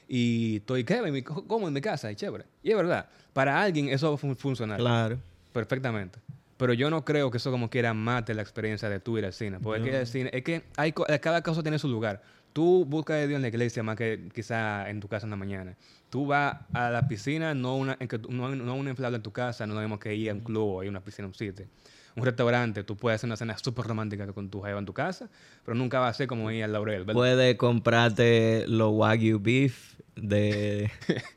[SPEAKER 2] Y estoy chévere, en mi- como en mi casa, y chévere. Y es verdad, para alguien eso va a fun- funcionar.
[SPEAKER 1] Claro.
[SPEAKER 2] Perfectamente. Pero yo no creo que eso como quiera mate la experiencia de tú ir al cine. Porque es que el cine, es que hay, co- eh, cada cosa tiene su lugar. Tú buscas de Dios en la iglesia más que quizá en tu casa en la mañana. Tú vas a la piscina, no una, en que tú- no, no una inflable en tu casa, no tenemos que ir a un club o ir a una piscina, un sitio. Un restaurante, tú puedes hacer una cena súper romántica con tu jeva en tu casa, pero nunca va a ser como ir al laurel, ¿verdad?
[SPEAKER 1] Puedes comprarte los Wagyu beef
[SPEAKER 2] (laughs)
[SPEAKER 1] de,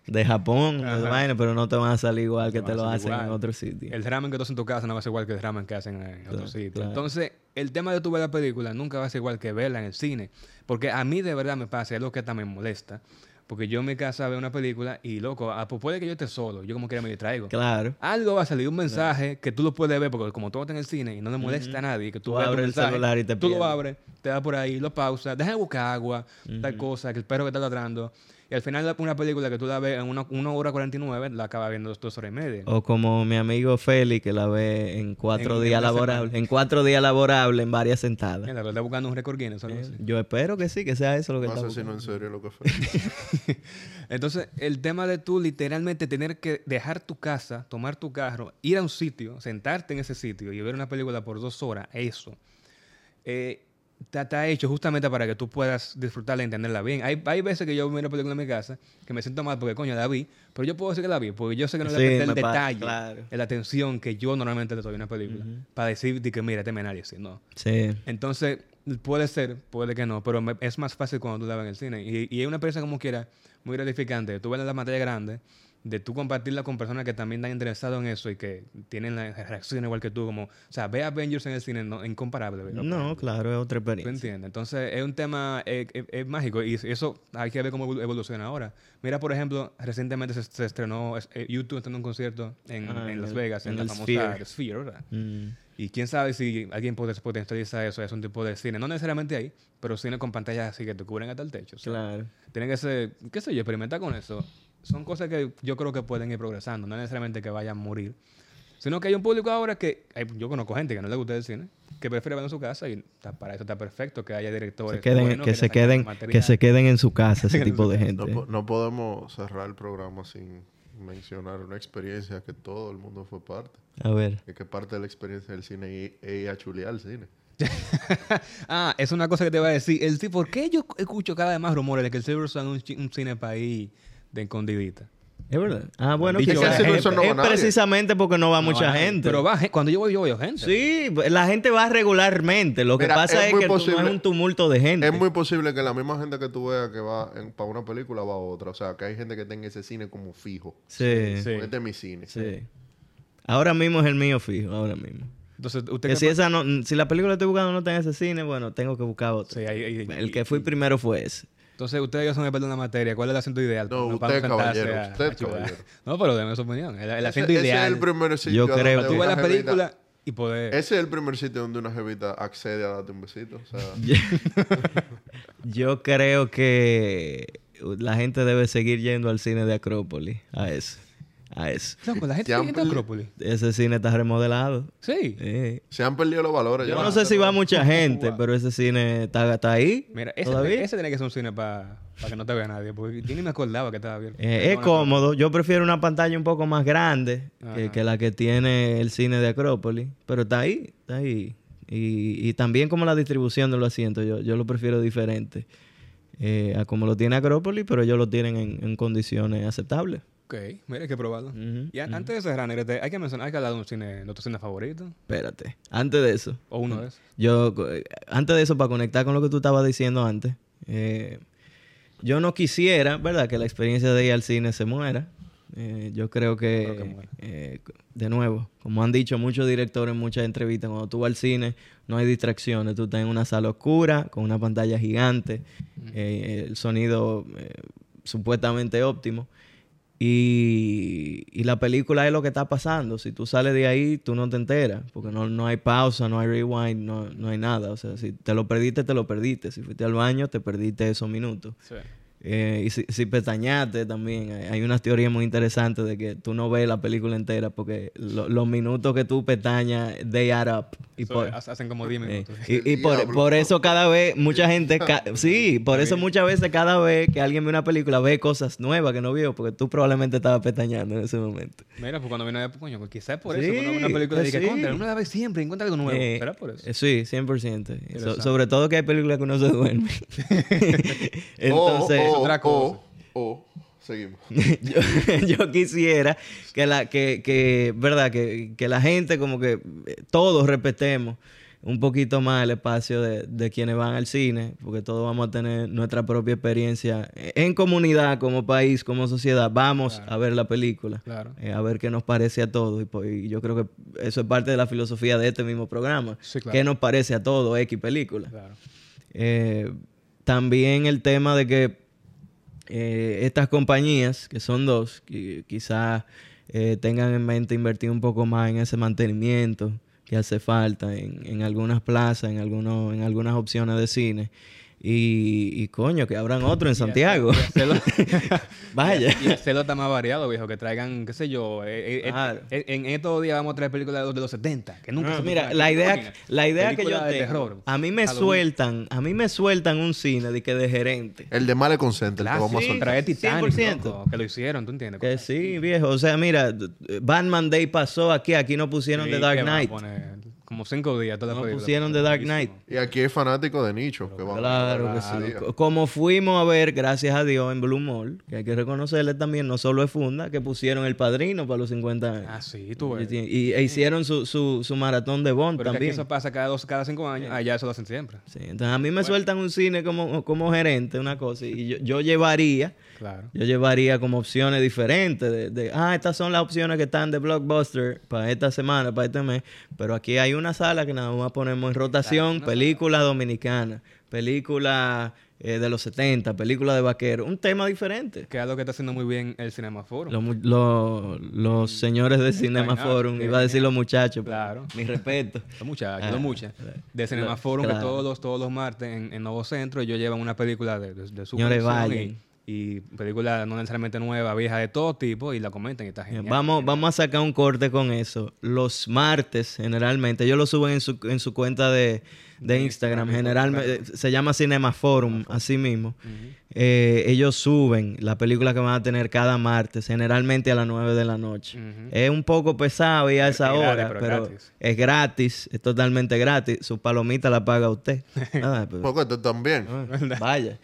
[SPEAKER 1] de Japón, de vaina, pero no te van a salir igual que
[SPEAKER 2] te
[SPEAKER 1] te
[SPEAKER 2] van a
[SPEAKER 1] lo
[SPEAKER 2] salir
[SPEAKER 1] hacen en
[SPEAKER 2] igual.
[SPEAKER 1] otro sitio.
[SPEAKER 2] El ramen que tú haces en tu casa no va a ser igual que el ramen que hacen en otro sitio.
[SPEAKER 1] claro.
[SPEAKER 2] Entonces, el tema de tu ver la película nunca va a ser igual que verla en el cine. Porque a mí de verdad me pasa, es lo que hasta me molesta. Porque yo en mi casa veo una película y, loco, ah, pues puede que yo esté solo, yo como quiera me distraigo.
[SPEAKER 1] Claro.
[SPEAKER 2] Algo va a salir, un mensaje que tú lo puedes ver, porque como todo está en el cine y no le molesta a nadie, que tú,
[SPEAKER 1] Tú
[SPEAKER 2] ves tu
[SPEAKER 1] abres el
[SPEAKER 2] mensaje,
[SPEAKER 1] celular y te
[SPEAKER 2] Tú lo
[SPEAKER 1] pierdes.
[SPEAKER 2] abres, te da por ahí, lo pausas, deja de buscar agua, tal cosa, que el perro que está ladrando. Y al final, una película que tú la ves en una, una hora 49, la acabas viendo dos, dos horas y media.
[SPEAKER 1] O como mi amigo Feli, que la ve en cuatro
[SPEAKER 2] En- en
[SPEAKER 1] días
[SPEAKER 2] una
[SPEAKER 1] laborables. En cuatro días laborables, en varias sentadas.
[SPEAKER 2] Mira, lo está buscando un récord Guinness. algo así.
[SPEAKER 1] Yo espero que sí, que sea eso lo que
[SPEAKER 3] Un
[SPEAKER 1] está
[SPEAKER 3] asesino
[SPEAKER 1] buscando.
[SPEAKER 3] en serio lo
[SPEAKER 1] (laughs)
[SPEAKER 3] que fue.
[SPEAKER 2] Entonces, el tema de tú literalmente tener que dejar tu casa, tomar tu carro, ir a un sitio, sentarte en ese sitio y ver una película por dos horas, eso, eh, está, está hecho justamente para que tú puedas disfrutarla y entenderla bien. Hay, hay veces que yo miro una película en mi casa que me siento mal porque, coño, la vi, pero yo puedo decir que la vi porque yo sé que no le
[SPEAKER 1] Sí,
[SPEAKER 2] presté
[SPEAKER 1] me
[SPEAKER 2] el
[SPEAKER 1] pasa,
[SPEAKER 2] detalle,
[SPEAKER 1] claro.
[SPEAKER 2] la atención que yo normalmente le doy a una película para decir de que, mira, este es mi análisis, no.
[SPEAKER 1] Sí.
[SPEAKER 2] Entonces, puede ser, puede que no, pero me- es más fácil cuando tú la ves en el cine. Y, y es una experiencia como quiera muy gratificante. Tú ves la pantalla grande, de tú compartirla con personas que también están interesadas en eso y que tienen la reacción igual que tú, como, o sea, ve Avengers en el cine, no, incomparable. ¿verdad?
[SPEAKER 1] No, claro, es otra
[SPEAKER 2] ¿Tú
[SPEAKER 1] experiencia.
[SPEAKER 2] entiendes? Entonces, es un tema, es, es- es mágico y eso hay que ver cómo evol- evoluciona ahora. Mira, por ejemplo, recientemente se, se estrenó, es- eh, YouTube estrenó un concierto en,
[SPEAKER 1] Ah,
[SPEAKER 2] en
[SPEAKER 1] en
[SPEAKER 2] Las
[SPEAKER 1] el-
[SPEAKER 2] Vegas, en,
[SPEAKER 1] en
[SPEAKER 2] la
[SPEAKER 1] el
[SPEAKER 2] famosa Sphere,
[SPEAKER 1] Sphere.
[SPEAKER 2] ¿verdad?
[SPEAKER 1] Mm.
[SPEAKER 2] Y quién sabe si alguien puede potencializa eso, es un tipo de cine, no necesariamente ahí, pero cine con pantallas así que te cubren hasta el techo. o sea,
[SPEAKER 1] Claro.
[SPEAKER 2] tienen que ser, qué sé yo, experimentar con eso. Son cosas que yo creo que pueden ir progresando, no necesariamente que vayan a morir. Sino que hay un público ahora que, ay, yo conozco gente que no le gusta el cine, que prefiere verlo en su casa y está- para eso está perfecto que haya directores
[SPEAKER 1] Se queden-
[SPEAKER 2] buenos
[SPEAKER 1] que, se
[SPEAKER 2] saquen
[SPEAKER 1] queden,
[SPEAKER 2] material.
[SPEAKER 1] que se queden en su casa ese
[SPEAKER 2] En su
[SPEAKER 1] tipo de
[SPEAKER 3] No,
[SPEAKER 1] gente.
[SPEAKER 3] po- no podemos cerrar el programa sin mencionar una experiencia que todo el mundo fue parte.
[SPEAKER 1] A ver.
[SPEAKER 3] Y que parte de la experiencia del cine y- es ir a chulear el cine.
[SPEAKER 2] (laughs) Ah, es una cosa que te voy a decir. El, sí- ¿Por qué yo escucho cada vez más rumores de que el Silver Sun es un, chi- un cine país de escondidita?
[SPEAKER 1] Es verdad. Ah, bueno,
[SPEAKER 2] Dicho
[SPEAKER 1] quizás
[SPEAKER 2] sea,
[SPEAKER 1] es,
[SPEAKER 3] eso no va
[SPEAKER 1] es
[SPEAKER 3] nadie.
[SPEAKER 1] precisamente porque no va
[SPEAKER 2] No,
[SPEAKER 1] mucha
[SPEAKER 2] ah,
[SPEAKER 1] gente.
[SPEAKER 2] Pero va, gen- cuando yo voy, yo veo gente.
[SPEAKER 1] Sí, la gente va regularmente. Lo que
[SPEAKER 3] Mira,
[SPEAKER 1] pasa
[SPEAKER 3] es
[SPEAKER 1] es,
[SPEAKER 3] muy
[SPEAKER 1] que tú- no
[SPEAKER 3] posible-
[SPEAKER 1] hay un tumulto de gente.
[SPEAKER 3] Es muy posible que la misma gente que tú veas que va para una película va a otra. O sea, que hay gente que tenga ese cine como fijo.
[SPEAKER 1] Sí,
[SPEAKER 2] Sí.
[SPEAKER 1] sí,
[SPEAKER 3] Este es mi cine.
[SPEAKER 1] Ahora mismo es el mío fijo, ahora mismo.
[SPEAKER 2] Entonces, usted
[SPEAKER 1] Que
[SPEAKER 2] qué
[SPEAKER 1] si,
[SPEAKER 2] pa-
[SPEAKER 1] esa no, si la película que estoy buscando no está en ese cine, bueno, tengo que buscar otro.
[SPEAKER 2] Sí, ahí- ahí-
[SPEAKER 1] el que fui primero fue ese. (laughs)
[SPEAKER 2] Entonces, ustedes que son expertos en la materia, ¿cuál es el asiento ideal?
[SPEAKER 3] No,
[SPEAKER 2] Nos
[SPEAKER 3] usted,
[SPEAKER 2] vamos a sentarse
[SPEAKER 3] caballero,
[SPEAKER 2] a-
[SPEAKER 3] usted,
[SPEAKER 2] a chulear.
[SPEAKER 3] caballero.
[SPEAKER 2] No, pero deme su opinión. El, el
[SPEAKER 3] Ese-
[SPEAKER 2] asiento
[SPEAKER 3] ese
[SPEAKER 2] ideal.
[SPEAKER 3] es el primer sitio
[SPEAKER 1] Yo
[SPEAKER 3] donde
[SPEAKER 1] creo que-
[SPEAKER 2] tú ves
[SPEAKER 3] una
[SPEAKER 2] la
[SPEAKER 3] jevita-
[SPEAKER 2] película y poder.
[SPEAKER 3] Ese es el primer sitio donde una jevita accede a darte un besito. O sea,
[SPEAKER 1] Yo creo que la gente debe seguir yendo al cine de Acrópolis, a ese. A ese.
[SPEAKER 2] Loco, pues, la gente
[SPEAKER 3] Ya-
[SPEAKER 2] sigue yendo a Acrópolis.
[SPEAKER 1] Ese cine está remodelado.
[SPEAKER 2] Sí.
[SPEAKER 1] Sí.
[SPEAKER 3] se han perdido los valores.
[SPEAKER 1] Yo
[SPEAKER 3] ya.
[SPEAKER 1] no sé si va mucha gente, pero ese cine está, está ahí.
[SPEAKER 2] Mira, ese,
[SPEAKER 1] todavía.
[SPEAKER 2] ese tiene que ser un cine para que no te vea nadie. Porque yo ni me acordaba que estaba abierto.
[SPEAKER 1] Eh, es
[SPEAKER 2] No, no,
[SPEAKER 1] cómodo. Yo prefiero una pantalla un poco más grande que,
[SPEAKER 2] Ajá.
[SPEAKER 1] que la que tiene el cine de Acrópolis. Pero está ahí, está ahí. Y, y también como la distribución de los asientos, yo, yo lo prefiero diferente eh, a como lo tiene Acrópolis, pero ellos lo tienen en, en condiciones aceptables.
[SPEAKER 2] Ok, mira, hay que probarlo.
[SPEAKER 1] Ujú,
[SPEAKER 2] y an- antes de cerrar, Negrete, hay que mencionar, hay que hablar de un cine, de nuestro cine favorito.
[SPEAKER 1] Espérate. Antes de eso,
[SPEAKER 2] O uno de esos.
[SPEAKER 1] Yo, eh, antes de eso, para conectar con lo que tú estabas diciendo antes, eh, yo no quisiera, ¿verdad?, que la experiencia de ir al cine se muera. Eh, yo creo que,
[SPEAKER 2] Creo que muera.
[SPEAKER 1] eh, de nuevo, como han dicho muchos directores en muchas entrevistas, cuando tú vas al cine no hay distracciones. Tú estás en una sala oscura, con una pantalla gigante,
[SPEAKER 2] Mm.
[SPEAKER 1] eh, el sonido eh, supuestamente óptimo. Y, y la película es lo que está pasando. Si tú sales de ahí, tú no te enteras. Porque no, no hay pausa, no hay rewind, no, no hay nada. O sea, si te lo perdiste, te lo perdiste. Si fuiste al baño, te perdiste esos minutos.
[SPEAKER 2] Sí.
[SPEAKER 1] Eh, y si, si pestañaste también, hay, hay unas teorías muy interesantes de que tú no ves la película entera porque lo- los minutos que tú pestañas, they add up. Y
[SPEAKER 2] Eso
[SPEAKER 1] por-
[SPEAKER 2] ha- hacen como 10
[SPEAKER 1] eh,
[SPEAKER 2] minutos.
[SPEAKER 1] y y
[SPEAKER 3] El
[SPEAKER 1] por,
[SPEAKER 3] diablo.
[SPEAKER 1] por eso cada vez, mucha gente,
[SPEAKER 2] (laughs)
[SPEAKER 1] ca- sí, por eso muchas veces cada vez que alguien ve una película ve cosas nuevas que no vio, porque tú probablemente estabas pestañando en ese momento.
[SPEAKER 2] Mira, pues cuando viene, coño, quizás por eso.
[SPEAKER 1] Sí,
[SPEAKER 2] cuando veo una película,
[SPEAKER 1] eh,
[SPEAKER 2] dije,
[SPEAKER 1] sí.
[SPEAKER 2] contra, una la vez siempre, encuentra algo nuevo.
[SPEAKER 1] Eh,
[SPEAKER 2] ¿Será por eso?
[SPEAKER 1] eh, Sí, 100%. Y so-
[SPEAKER 2] Interesante.
[SPEAKER 1] sobre todo que hay películas que uno se
[SPEAKER 2] (laughs)
[SPEAKER 1] duerme. (laughs)
[SPEAKER 3] Oh,
[SPEAKER 1] Entonces,
[SPEAKER 3] o,
[SPEAKER 2] otra cosa.
[SPEAKER 3] o- o- oh, seguimos.
[SPEAKER 1] yo, (laughs) yo quisiera que la que, que verdad que, que la gente como que eh, todos respetemos un poquito más el espacio de, de quienes van al cine porque todos vamos a tener nuestra propia experiencia eh, en comunidad como país como sociedad vamos a ver la película
[SPEAKER 2] Claro.
[SPEAKER 1] eh, a ver qué nos parece a todos y, po- y yo creo que eso es parte de la filosofía de este mismo programa
[SPEAKER 2] Sí, claro.
[SPEAKER 1] qué nos parece a todos X película
[SPEAKER 2] Claro.
[SPEAKER 1] eh, también el tema de que eh, estas compañías, que son dos, qui- quizás eh, tengan en mente invertir un poco más en ese mantenimiento que hace falta en, en algunas plazas, en, algunos, en algunas opciones de cine. Y, y coño, que
[SPEAKER 2] (laughs)
[SPEAKER 1] abran otro en Santiago.
[SPEAKER 2] Hacerlo-
[SPEAKER 1] (laughs) Vaya.
[SPEAKER 2] (laughs) Y hacerlo está más variado, viejo. Que traigan, qué sé yo. eh, eh, eh,
[SPEAKER 1] Claro.
[SPEAKER 2] eh, en estos días vamos a traer películas de los, de los 70. Que nunca
[SPEAKER 1] Ah,
[SPEAKER 2] se
[SPEAKER 1] mira,
[SPEAKER 2] tocaron.
[SPEAKER 1] la
[SPEAKER 2] ¿Qué
[SPEAKER 1] idea,
[SPEAKER 2] coño?
[SPEAKER 1] la idea que yo
[SPEAKER 2] Películas
[SPEAKER 1] tengo,
[SPEAKER 2] de terror. Ah,
[SPEAKER 1] a mí me
[SPEAKER 2] Halloween.
[SPEAKER 1] sueltan, a mí me sueltan un cine de que de gerente.
[SPEAKER 3] El de Male Consent,
[SPEAKER 1] Ah,
[SPEAKER 3] el que
[SPEAKER 2] Clásico.
[SPEAKER 3] vamos a soltar.
[SPEAKER 2] Traer Titanic,
[SPEAKER 1] 100%.
[SPEAKER 2] loco, que lo hicieron, ¿tú entiendes?
[SPEAKER 1] Que sí, viejo. O sea, mira, Batman Day pasó aquí. Aquí no pusieron
[SPEAKER 2] Sí,
[SPEAKER 1] The
[SPEAKER 2] que
[SPEAKER 1] Dark
[SPEAKER 2] van a
[SPEAKER 1] Knight.
[SPEAKER 2] poner Como cinco días. todas las
[SPEAKER 1] No
[SPEAKER 2] películas.
[SPEAKER 1] pusieron The Dark Knight.
[SPEAKER 3] Y aquí es fanático de nicho. que vamos a
[SPEAKER 1] Claro que
[SPEAKER 3] hablar
[SPEAKER 1] sí.
[SPEAKER 3] día.
[SPEAKER 1] Co- Como fuimos a ver, gracias a Dios, en Blue Mall, que hay que reconocerle también, no solo es Funda, que pusieron el padrino para los 50 años.
[SPEAKER 2] Ah, sí, tú ves.
[SPEAKER 1] Y, y- e hicieron su, su, su maratón de Bond
[SPEAKER 2] Pero es que aquí
[SPEAKER 1] también.
[SPEAKER 2] eso pasa cada dos, cada cinco años. Allá eso lo hacen siempre.
[SPEAKER 1] Sí, entonces a mí me sueltan un cine como, como gerente, una cosa, y yo, yo llevaría
[SPEAKER 2] Claro.
[SPEAKER 1] Yo llevaría como opciones diferentes de, de, ah, estas son las opciones que están de Blockbuster para esta semana, para este mes, pero aquí hay una sala que nada más ponemos en rotación, película dominicana, película eh, de los 70, película de vaquero, un tema diferente.
[SPEAKER 2] Que es algo que está haciendo muy bien el Cinemaforum.
[SPEAKER 1] Los, mu- lo- los señores de Cinema
[SPEAKER 2] vaina,
[SPEAKER 1] Forum,
[SPEAKER 2] qué
[SPEAKER 1] iba a decir los muchachos,
[SPEAKER 2] Claro.
[SPEAKER 1] mi
[SPEAKER 2] (laughs)
[SPEAKER 1] respeto.
[SPEAKER 2] Son muchas,
[SPEAKER 1] Ah,
[SPEAKER 2] son muchas. De Cinemaforum, que
[SPEAKER 1] claro.
[SPEAKER 2] todos los, todos los martes en, en Nuevo Centro, ellos llevan una película de, de, de su
[SPEAKER 1] Señores,
[SPEAKER 2] colección
[SPEAKER 1] vayan.
[SPEAKER 2] Y, y película no necesariamente nueva, vieja, de todo tipo, y la comentan y está genial.
[SPEAKER 1] Vamos, vamos a sacar un corte con eso. Los martes, generalmente, ellos lo suben en su, en su cuenta de, de Instagram, generalmente, se llama Cinema Forum, así mismo. Eh, ellos suben la película que van a tener cada martes, generalmente a las 9 de la noche.
[SPEAKER 2] Ujú.
[SPEAKER 1] Es un poco pesado y a esa
[SPEAKER 2] y gratis,
[SPEAKER 1] hora,
[SPEAKER 2] pero
[SPEAKER 1] pero
[SPEAKER 2] gratis.
[SPEAKER 1] es gratis, es totalmente gratis. Su palomita la paga
[SPEAKER 2] (laughs)
[SPEAKER 1] usted. Nada, pero-
[SPEAKER 3] Porque tú también.
[SPEAKER 1] Ah. Vaya.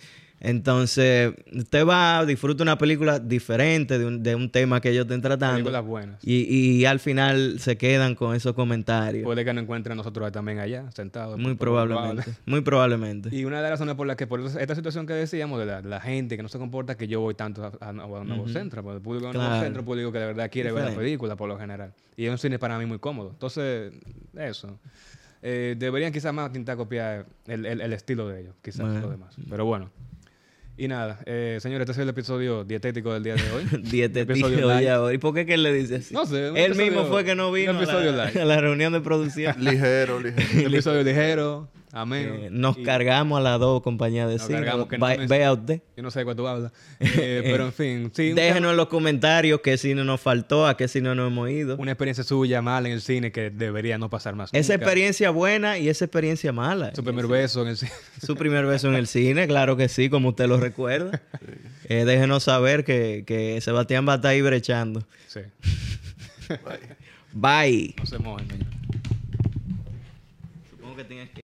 [SPEAKER 1] Entonces, usted va, disfruta una película diferente de un, de un tema que ellos estén tratando.
[SPEAKER 2] Películas buenas.
[SPEAKER 1] Y, y al final se quedan con esos comentarios.
[SPEAKER 2] Puede que nos encuentren nosotros también allá, sentados.
[SPEAKER 1] muy
[SPEAKER 2] por- por-
[SPEAKER 1] probablemente. Muy probablemente. (laughs)
[SPEAKER 2] pues, Y una de las razones por las que, por esta situación que decíamos, de la, la gente que no se comporta, que yo voy tanto a, a- a Nuevo Centro, porque el público de Nuevo
[SPEAKER 1] Claro.
[SPEAKER 2] Centro, público que de verdad quiere ver la
[SPEAKER 1] Diferente.
[SPEAKER 2] película por lo general. Y es un cine para mí muy cómodo. Entonces, eso. Eh, deberían quizás más intentar copiar el, el- el estilo de ellos, quizás
[SPEAKER 1] Bueno.
[SPEAKER 2] lo demás. Pero bueno. Y nada, eh, señores, este es el episodio dietético del día de
[SPEAKER 1] (laughs)
[SPEAKER 2] hoy.
[SPEAKER 1] Dietético
[SPEAKER 2] Episodio light.
[SPEAKER 1] ya hoy. ¿Y por qué que él le dice así?
[SPEAKER 2] No sé, un
[SPEAKER 1] Él
[SPEAKER 2] episodio-
[SPEAKER 1] mismo fue que no
[SPEAKER 2] un
[SPEAKER 1] vino a
[SPEAKER 2] episodio
[SPEAKER 1] la,
[SPEAKER 2] light.
[SPEAKER 1] a la reunión de
[SPEAKER 2] (laughs)
[SPEAKER 1] producción.
[SPEAKER 3] Ligero, ligero.
[SPEAKER 2] Un episodio ligero, amén.
[SPEAKER 1] Eh, nos
[SPEAKER 2] Y-
[SPEAKER 1] cargamos a las dos compañías de
[SPEAKER 2] Nos
[SPEAKER 1] cine.
[SPEAKER 2] cargamos, que no
[SPEAKER 1] Va-
[SPEAKER 2] me-
[SPEAKER 1] Vea usted.
[SPEAKER 2] Yo no sé de cuánto
[SPEAKER 1] (laughs)
[SPEAKER 2] hablas. Eh, pero en fin, sí. un tema-
[SPEAKER 1] Déjenos en los comentarios qué cine nos faltó, a qué cine nos hemos ido.
[SPEAKER 2] una experiencia suya mala en el cine que debería no pasar más.
[SPEAKER 1] Esa
[SPEAKER 2] nunca.
[SPEAKER 1] experiencia buena y esa experiencia mala.
[SPEAKER 2] Su primer beso en el cine.
[SPEAKER 1] (laughs) Su primer beso en el cine, claro que sí, como usted lo
[SPEAKER 2] (laughs)
[SPEAKER 1] recuerda. Eh, déjenos saber que, que Sebastián va a estar ahí brechando.
[SPEAKER 2] (laughs) Sí.
[SPEAKER 3] Bye.
[SPEAKER 1] Bye.
[SPEAKER 2] No se mojen, señor.
[SPEAKER 1] Supongo que tienes que...